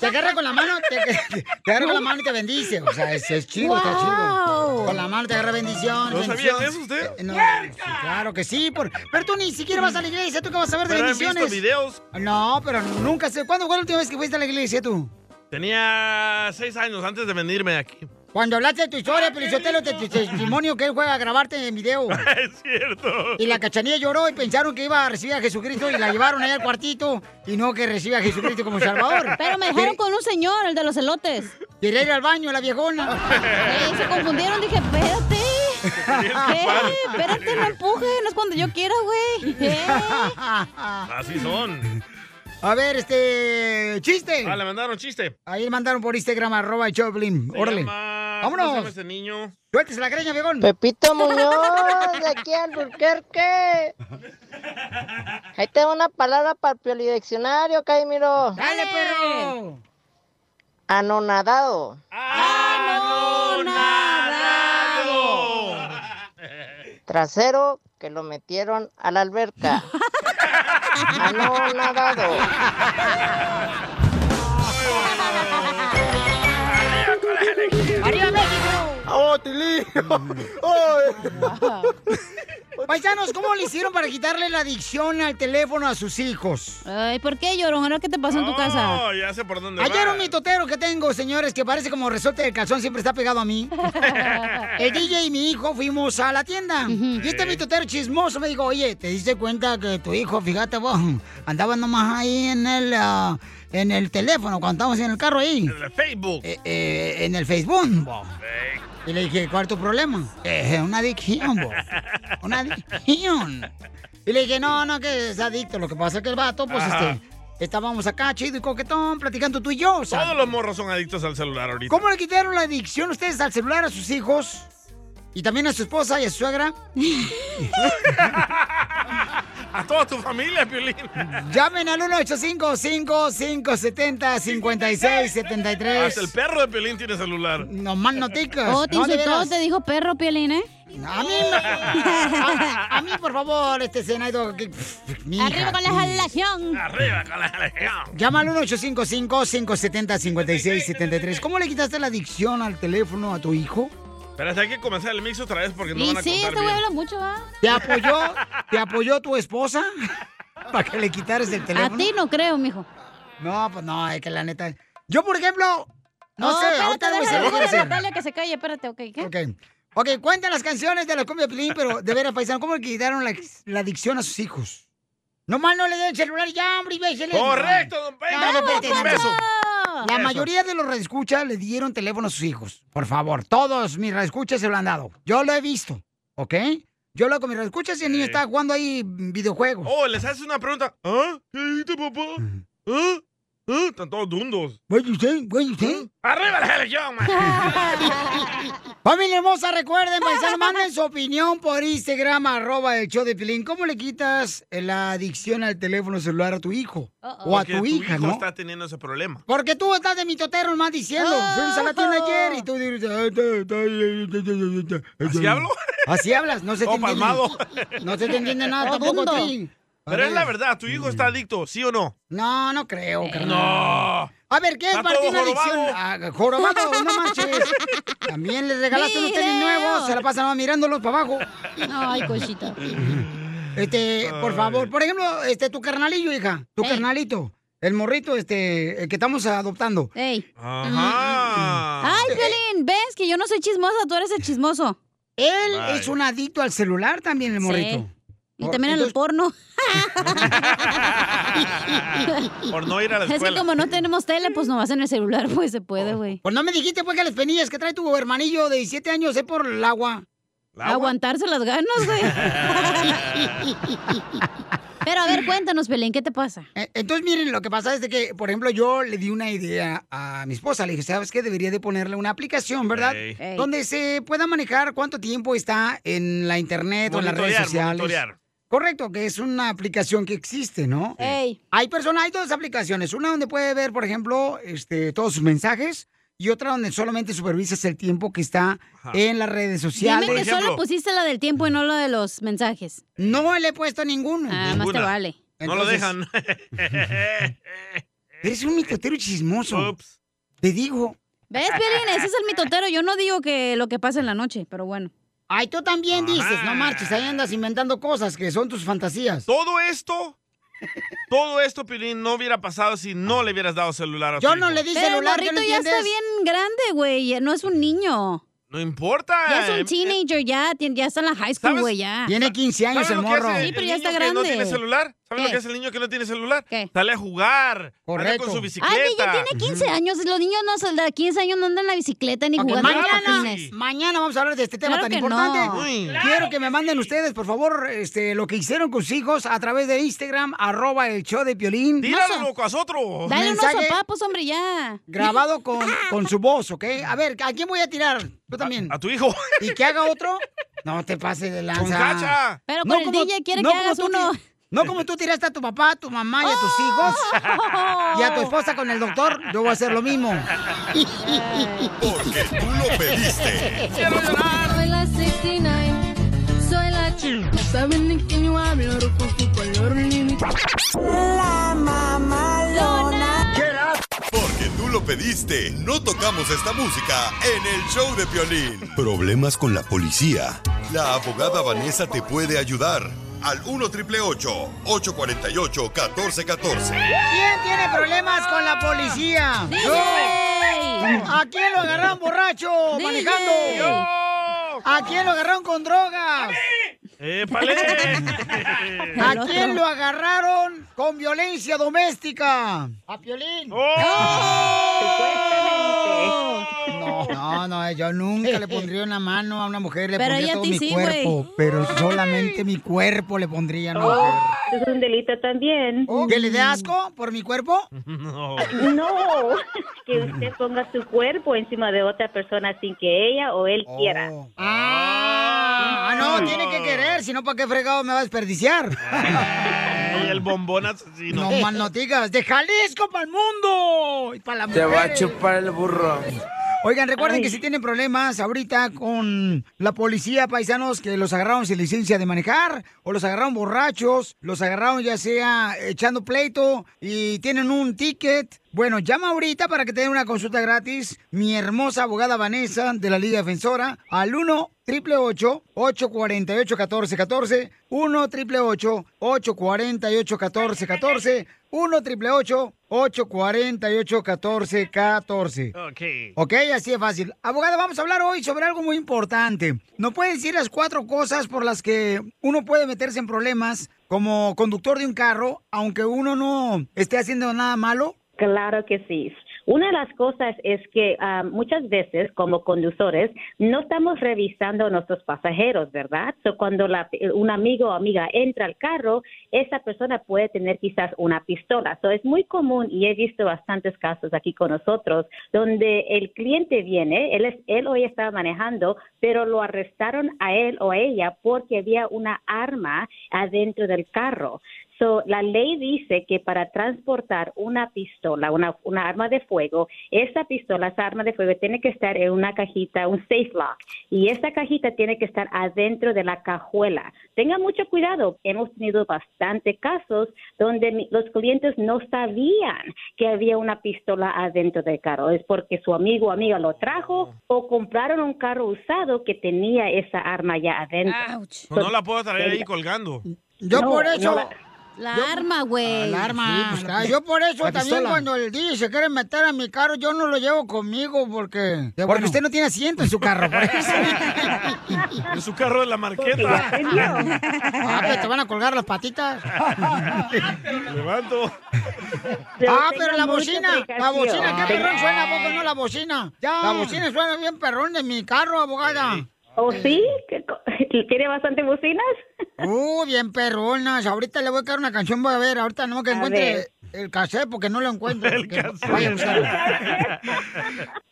Speaker 1: te agarra con la mano, te, te agarra con la mano y te bendice. O sea, es, es chido, está chido. Con la mano te agarra bendición.
Speaker 2: ¿No
Speaker 1: bendición.
Speaker 2: sabía
Speaker 1: Eh,
Speaker 2: de eso usted?
Speaker 1: No, sí, claro que sí. por- pero tú ni siquiera vas a la iglesia, ¿tú qué vas a ver de
Speaker 2: Pero he visto
Speaker 1: bendiciones?
Speaker 2: videos.
Speaker 1: No, pero nunca sé. ¿Cuándo fue la última vez que fuiste a la iglesia tú?
Speaker 2: Tenía seis años antes de venirme aquí.
Speaker 1: Cuando hablaste de tu
Speaker 2: Ah,
Speaker 1: historia, pero yo te lo de tu testimonio que él juega a grabarte en video.
Speaker 2: Es cierto.
Speaker 1: Y la cachanilla lloró y pensaron que iba a recibir a Jesucristo y la llevaron ahí al cuartito y no que reciba a Jesucristo como Salvador.
Speaker 4: Pero me dejaron con un señor, el de los elotes.
Speaker 1: Quería ir al baño, la viejona.
Speaker 4: Eh, se confundieron, dije, espérate.
Speaker 1: escapar.
Speaker 4: Eh, espérate, no empuje, no es cuando yo quiera, güey. Eh.
Speaker 2: Así son.
Speaker 1: A ver, este. ¡Chiste!
Speaker 2: Ah, le mandaron chiste.
Speaker 1: Ahí mandaron por Instagram, arroba el Choplin. Órale.
Speaker 2: ¿Cómo se llama
Speaker 1: ¡Vámonos!
Speaker 2: ese niño?
Speaker 1: Suéltese la greña, viejón.
Speaker 10: Pepito Muñoz, de aquí al Burquerque. Ahí tengo una palabra para el piolidiccionario, Caimiro.
Speaker 1: ¡Dale, perro!
Speaker 10: Anonadado. Trasero que lo metieron a la alberca. Anonadado.
Speaker 1: ¡Arriba México!
Speaker 16: ¡Oh, Tilín! ¡Oh!
Speaker 1: Paisanos, ¿cómo le hicieron para quitarle la adicción al teléfono a sus hijos?
Speaker 4: Ay, ¿por qué llorona? ¿Qué te pasó en tu casa?
Speaker 2: Oh, ya sé por dónde
Speaker 1: Ayer
Speaker 2: va.
Speaker 1: un mitotero que tengo, señores, que parece como resorte del calzón, siempre está pegado a mí. El DJ y mi hijo fuimos a la tienda. Y este
Speaker 14: Sí.
Speaker 1: mitotero chismoso me dijo, oye, ¿te diste cuenta que tu hijo, fíjate vos, andaba nomás ahí en el, ah, en el teléfono cuando estábamos en el carro ahí?
Speaker 2: En el Facebook.
Speaker 1: eh, en el Facebook. bo". Y le dije, ¿cuál es tu problema? Es una adicción, bo. Una adicción. Y le dije, no, no, que es adicto. Lo que pasa es que el vato, pues,
Speaker 2: Ajá.
Speaker 1: este, estábamos acá, chido y coquetón, platicando tú y yo. o sea,
Speaker 2: Todos los morros son adictos al celular ahorita.
Speaker 1: ¿Cómo le quitaron la adicción ustedes al celular a sus hijos? Y también a su esposa y a su suegra.
Speaker 2: A toda tu familia, Piolín.
Speaker 1: Llamen al 1-855-570-5673.
Speaker 2: Hasta el perro de Piolín tiene celular.
Speaker 1: No más noticas.
Speaker 4: Oh, te
Speaker 1: No, de
Speaker 4: insultó,
Speaker 1: veras.
Speaker 4: te dijo perro, Piolín, ¿eh?
Speaker 1: A mí, no. a, a mí, por favor, este Senaido. que- mija,
Speaker 4: Arriba con la jalación.
Speaker 2: Arriba con la jalación.
Speaker 1: Llama al 1-855-570-5673. ¿Cómo le quitaste la adicción al teléfono a tu hijo?
Speaker 2: Espérate, hay que comenzar el mix otra vez porque no
Speaker 4: y
Speaker 2: van a
Speaker 4: sí,
Speaker 2: contar
Speaker 4: este
Speaker 2: bien.
Speaker 4: güey habla mucho, ¿va?
Speaker 1: ¿Te apoyó, ¿te apoyó tu esposa para que le quitaras el teléfono?
Speaker 4: A ti no creo, mijo.
Speaker 1: No, pues no, es que la neta. Yo, por ejemplo, no
Speaker 4: Oh,
Speaker 1: sé,
Speaker 4: espérate,
Speaker 1: ahorita le voy a
Speaker 4: déjale,
Speaker 1: decir lo que voy a
Speaker 4: déjale a
Speaker 1: hacer.
Speaker 4: Natalia que se calle, espérate, ok, ¿qué?
Speaker 1: Ok. Ok, cuenta las canciones de la cumbia Pilín, pero de veras, paisano, ¿cómo le quitaron la, la adicción a sus hijos? Nomás no le den el celular y ya, hombre, y véchele.
Speaker 14: Correcto, don Pepe.
Speaker 1: No, no, espérate,
Speaker 14: Un
Speaker 1: no.
Speaker 14: beso.
Speaker 1: La
Speaker 14: Eso.
Speaker 1: mayoría de los reescuchas le dieron teléfono a sus hijos. Por favor, todos mis reescuchas se lo han dado. Yo lo he visto, ¿ok? Yo lo hago con mis reescuchas y el niño está jugando ahí videojuegos.
Speaker 2: Oh, les haces una pregunta. ¿Ah? ¿Qué dijiste, papá? ¿Ah? ¿Ah? Están todos dundos.
Speaker 1: Güey, usted, güey, usted.
Speaker 2: ¡Arriba la religión, man!
Speaker 1: Familia hermosa, recuerden, paisano, manden su opinión por Instagram, arroba el show de Pilín. ¿Cómo le quitas la adicción al teléfono celular a tu hijo? O a
Speaker 2: Porque
Speaker 1: tu, hija,
Speaker 2: hijo
Speaker 1: ¿no?
Speaker 2: está teniendo ese problema.
Speaker 1: Porque tú estás de mitotero más diciendo.
Speaker 2: Oh.
Speaker 1: Fuimos a la tienda ayer y tú dices. "Ay, te- te- te- te- te-
Speaker 2: ¿Así hablo?
Speaker 1: Así hablas, no se te
Speaker 2: Oh,
Speaker 1: entiende.
Speaker 2: palmado.
Speaker 1: No se te entiende nada
Speaker 2: Oh,
Speaker 1: tampoco a
Speaker 2: dundo.
Speaker 1: ti.
Speaker 2: Pero es la verdad, tu hijo está adicto, ¿sí o no? Eh,
Speaker 1: No, no creo, carnal.
Speaker 2: No.
Speaker 1: A ver, ¿qué es
Speaker 2: Está
Speaker 1: para ti
Speaker 2: todo
Speaker 1: una adicción?
Speaker 2: jorobado.
Speaker 1: Ah, jorobado, no manches. También le regalaste unos tenis
Speaker 4: Video.
Speaker 1: nuevos, se la pasan mirándolos para abajo.
Speaker 4: Ay, cosita.
Speaker 1: Este, por favor, por ejemplo, este, tu carnalillo, hija, tu carnalito, el morrito, este, el que estamos adoptando.
Speaker 4: Ey. Mm.
Speaker 2: Ajá.
Speaker 1: Ah.
Speaker 4: Ay, Piolín, ves que yo no soy chismosa, tú eres el chismoso.
Speaker 1: Él es un adicto al celular también, el morrito.
Speaker 4: Y también
Speaker 1: Entonces-
Speaker 4: el porno.
Speaker 2: Por no ir a la
Speaker 4: Es que
Speaker 2: escuela.
Speaker 4: como no tenemos tele, pues nomás en el celular, pues se puede, güey.
Speaker 1: Pues no me dijiste, pues, que las penillas que trae tu hermanillo de 17 años es por el agua.
Speaker 4: Aguantarse las ganas, güey. Pero a ver, cuéntanos, Belén, ¿qué te pasa?
Speaker 1: Eh, Entonces, miren, lo que pasa es de que, por ejemplo, yo le di una idea a mi esposa. Le dije, ¿sabes qué? Debería de ponerle una aplicación, ¿verdad?
Speaker 14: Ey. Ey.
Speaker 1: Donde se pueda manejar cuánto tiempo está en la internet o en las redes
Speaker 14: Monitorear,
Speaker 1: sociales.
Speaker 14: monitorear.
Speaker 1: Correcto, que es una aplicación que existe, ¿no? Hay personas, hay dos aplicaciones. Una donde puede ver, por ejemplo, este, todos sus mensajes y otra donde solamente supervisas el tiempo que está en las redes sociales.
Speaker 4: Dime que solo pusiste la del tiempo y no lo de los mensajes.
Speaker 1: No le he puesto ninguno.
Speaker 4: Ah, más te
Speaker 1: Ninguna.
Speaker 4: vale.
Speaker 2: No lo dejan.
Speaker 1: Eres un mitotero chismoso. Te digo.
Speaker 4: ¿Ves, Piolín? Ese es el mitotero. Yo no digo que lo que pasa en la noche, pero bueno.
Speaker 1: Ay, tú también dices, no marches, ahí andas inventando cosas que son tus fantasías.
Speaker 2: Todo esto, todo esto, Piolín, no hubiera pasado si no le hubieras dado celular a tu hijo.
Speaker 4: Pero el morrito ya está bien grande, güey. No es un niño.
Speaker 2: No importa.
Speaker 4: Ya es
Speaker 2: Eh,
Speaker 4: un teenager, ya, tien- ya está en la high school, güey, ya.
Speaker 1: Tiene 15 años el
Speaker 2: ¿Sabes lo que
Speaker 1: morro.
Speaker 2: hace
Speaker 4: Sí, pero
Speaker 2: el
Speaker 4: ya está
Speaker 2: niño que
Speaker 4: grande.
Speaker 2: no tiene celular? ¿Sabes lo
Speaker 4: ¿Qué?
Speaker 2: que hace el niño que no tiene celular? Sale a jugar. Anda con su bicicleta.
Speaker 4: Ay, ya tiene 15 años. Los niños no, son- de 15 años no andan en la bicicleta ni
Speaker 1: Ok,
Speaker 4: jugando en
Speaker 1: mañana,
Speaker 4: patines.
Speaker 1: mañana vamos a hablar de este tema
Speaker 4: Claro
Speaker 1: tan
Speaker 4: que
Speaker 1: importante.
Speaker 4: no. Uy.
Speaker 1: Quiero que me manden ustedes, por favor, este, lo que hicieron con sus hijos a través de Instagram, arroba el show de Piolín.
Speaker 2: Tíralo, loco, haz otro.
Speaker 4: Dale unos
Speaker 1: Mensaje
Speaker 4: sopapos, hombre, ya.
Speaker 1: grabado con, con su voz, ¿ok? A ver, ¿a quién voy a tirar? Yo también.
Speaker 2: A, tu hijo.
Speaker 1: ¿Y que haga otro? No te pases de lanza.
Speaker 2: Con Cacha.
Speaker 4: Pero con el DJ quiere que hagas
Speaker 1: tú
Speaker 4: uno. Oh.
Speaker 1: ti- No como tú tiraste a tu papá, a tu mamá y a tus hijos y a tu esposa con el doctor, yo voy a hacer lo mismo.
Speaker 11: Porque tú lo pediste.
Speaker 3: Soy la 69, soy la chica. Saben de quién yo hablo, rojo su color límite. La mamalona.
Speaker 11: Porque tú lo pediste. No tocamos esta música en el show de Piolín. Problemas con la policía. La abogada Vanessa te puede ayudar. Al 1 triple 848 1414.
Speaker 1: ¿Quién tiene problemas con la policía?
Speaker 11: DJ.
Speaker 1: ¡Yo! ¿A quién lo agarraron borracho
Speaker 14: DJ.
Speaker 1: manejando?
Speaker 14: Yo.
Speaker 1: ¿A quién lo agarraron con drogas?
Speaker 2: ¡Épale!
Speaker 1: ¿A quién lo agarraron con violencia doméstica? ¡A Piolín!
Speaker 2: Oh.
Speaker 1: No, no, no, yo nunca le pondría una mano a una mujer, le
Speaker 3: Pero ella a
Speaker 1: pondría todo
Speaker 3: ti
Speaker 1: mi
Speaker 3: sí,
Speaker 1: cuerpo,
Speaker 3: güey.
Speaker 1: pero solamente mi cuerpo le pondría ah, a una
Speaker 3: Oh,
Speaker 1: mujer.
Speaker 3: Es un delito también.
Speaker 1: ¿Que le dé asco por mi cuerpo?
Speaker 2: No.
Speaker 3: No, que usted ponga su cuerpo encima de otra persona sin que ella o él quiera.
Speaker 1: Oh. Ah, no, tiene que querer, si no, ¿para qué fregado me va a desperdiciar?
Speaker 2: Y el bombón asesino.
Speaker 1: No más no digas, de Jalisco para el mundo y para la
Speaker 7: Te va a
Speaker 1: mujer.
Speaker 7: chupar el burro.
Speaker 1: Oigan, recuerden
Speaker 7: Ay.
Speaker 1: que si tienen problemas ahorita con la policía, paisanos, que los agarraron sin licencia de manejar, o los agarraron borrachos, los agarraron ya sea echando pleito y tienen un ticket. Bueno, llama ahorita para que te den una consulta gratis mi hermosa abogada Vanessa de la Liga Defensora al 1 888 848 1414 1 888 848 1414 1 888 848 1414
Speaker 2: Ok.
Speaker 1: Ok, así es fácil. Abogada, vamos a hablar hoy sobre algo muy importante. ¿No puede decir las cuatro cosas por las que uno puede meterse en problemas como conductor de un carro, aunque uno no esté haciendo nada malo?
Speaker 3: Claro que sí. Una de las cosas es que ah, muchas veces como conductores no estamos revisando a nuestros pasajeros, ¿verdad? So, cuando la- eh, un amigo o amiga entra al carro, esa persona puede tener quizás una pistola. So, es muy común y he visto bastantes casos aquí con nosotros donde el cliente viene, él, es, él o ella estaba manejando, pero lo arrestaron a él o a ella porque había una arma adentro del carro. So, la ley dice que para transportar una pistola, una, una arma de fuego, esa pistola, esa arma de fuego tiene que estar en una cajita, un safe lock, y esa cajita tiene que estar adentro de la cajuela. Tengan mucho cuidado, hemos tenido bastante casos donde mi- los clientes no sabían que había una pistola adentro del carro, es porque su amigo o amiga lo
Speaker 2: Oh.
Speaker 3: trajo o compraron un carro usado que tenía esa arma ya adentro. So,
Speaker 2: Pues No la puedo traer ahí
Speaker 3: tenga-
Speaker 2: colgando.
Speaker 1: Yo
Speaker 3: No,
Speaker 1: por eso...
Speaker 3: no la-
Speaker 4: La arma, güey.
Speaker 1: La arma.
Speaker 4: Sí, pues,
Speaker 1: Ah, yo por eso
Speaker 4: la
Speaker 1: también
Speaker 4: pistola.
Speaker 1: cuando el DJ se quiere meter a mi carro, yo no lo llevo conmigo porque... Porque
Speaker 2: bueno.
Speaker 1: usted no tiene asiento en su carro, por eso.
Speaker 2: En su carro de la marqueta.
Speaker 1: Ah, pero te van a colgar las patitas.
Speaker 2: Levanto.
Speaker 1: ah,
Speaker 14: tengan
Speaker 1: pero la
Speaker 14: mucha
Speaker 1: bocina, la
Speaker 14: precaución.
Speaker 1: bocina,
Speaker 14: Ah.
Speaker 1: qué perrón suena, ¿a poco no la bocina?
Speaker 3: Ya.
Speaker 1: La bocina suena bien perrón de mi carro, abogada.
Speaker 3: ¿O sí? ¿Qué co- ¿Tiene bastante bocinas?
Speaker 1: Uh, bien perronas. Ahorita le voy a caer una canción, voy a ver, ahorita no que
Speaker 3: A
Speaker 1: encuentre
Speaker 3: ver.
Speaker 1: el cassette porque no lo encuentro. Que vaya a buscarlo.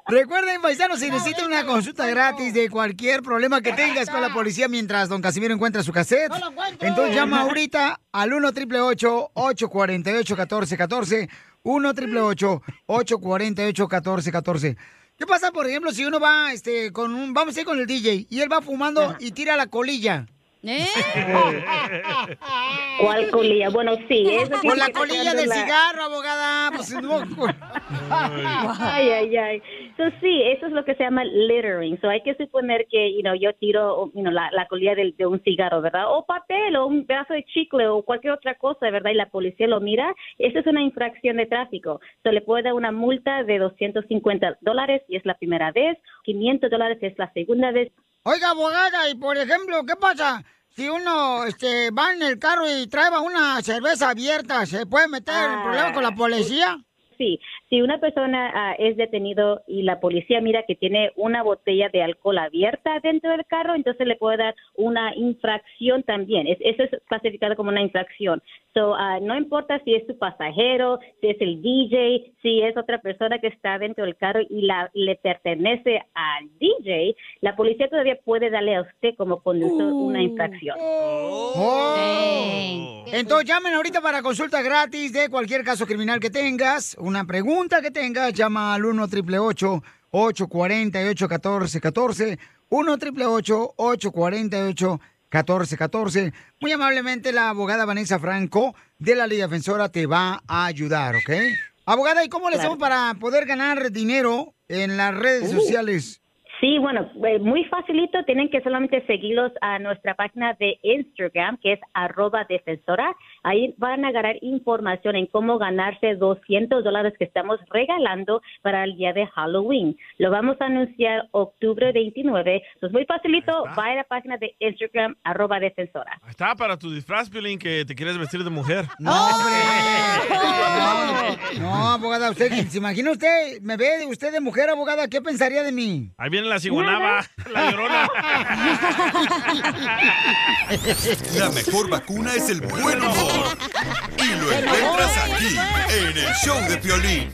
Speaker 1: Recuerden, paisanos, si necesitan una consulta gratis de cualquier problema que tengas con la policía mientras don Casimiro encuentra su cassette,
Speaker 14: ¡No lo encuentro!
Speaker 1: entonces llama ahorita al 1 888 848 1414 1 888 848 1414 ¿Qué pasa, por ejemplo, si uno va este, con un. Vamos a ir con el DJ y él va fumando y tira la colilla?
Speaker 3: ¿Cuál colilla? Bueno, sí, eso sí
Speaker 1: Con la
Speaker 3: que
Speaker 1: colilla
Speaker 3: sacando
Speaker 1: del
Speaker 3: la-
Speaker 1: cigarro, abogada. Pues no.
Speaker 3: ay, ay, ay. So, sí, eso es lo que se llama littering. So, hay que suponer que you know, yo tiro you know, la, la colilla del- de, un cigarro, ¿verdad? O papel, o un pedazo de chicle, o cualquier otra cosa, ¿verdad? Y la policía lo mira. Esa es una infracción de tráfico. Se le puede dar una multa de 250 dólares si es la primera vez, 500 dólares si es la segunda vez.
Speaker 1: Oiga, abogada, y por ejemplo, ¿qué pasa? Si uno este, va en el carro y trae una cerveza abierta, ¿se puede meter
Speaker 3: Ah,
Speaker 1: en problemas con la policía?
Speaker 3: Sí, si una persona ah, es detenido y la policía mira que tiene una botella de alcohol abierta dentro del carro, entonces le puede dar una infracción también. Es- eso es clasificado como una infracción. So, ah, no importa si es su pasajero, si es el DJ, si es otra persona que está dentro del carro y la, le pertenece al DJ, la policía todavía puede darle a usted como conductor una infracción.
Speaker 1: Oh. Entonces llamen ahorita para consulta gratis de cualquier caso criminal que tengas, una pregunta que tengas, llama al 1 888 848 1414 1 888 848 1414 Muy amablemente la abogada Vanessa Franco de la Liga Defensora te va a ayudar, ¿ok? Abogada, ¿y cómo le hacemos para poder ganar dinero en las redes
Speaker 3: Uh.
Speaker 1: sociales?
Speaker 3: Sí, bueno, eh, muy facilito. Tienen que solamente seguirlos a nuestra página de Instagram, que es arroba defensora. Ahí van a ganar información en cómo ganarse 200 dólares que estamos regalando para el día de Halloween. Lo vamos a anunciar octubre 29. Entonces, muy facilito. Va a la página de Instagram, arroba defensora.
Speaker 2: Está para tu disfraz, Piolín, que te quieres vestir de mujer.
Speaker 1: No, no, abogada, usted, ¿se imagina usted, me ve usted de mujer, abogada, ¿qué pensaría de mí?
Speaker 2: Ahí viene la ciguanaba, la llorona.
Speaker 11: La mejor vacuna es el buen humor. Y lo encuentras aquí, en el show de Piolín.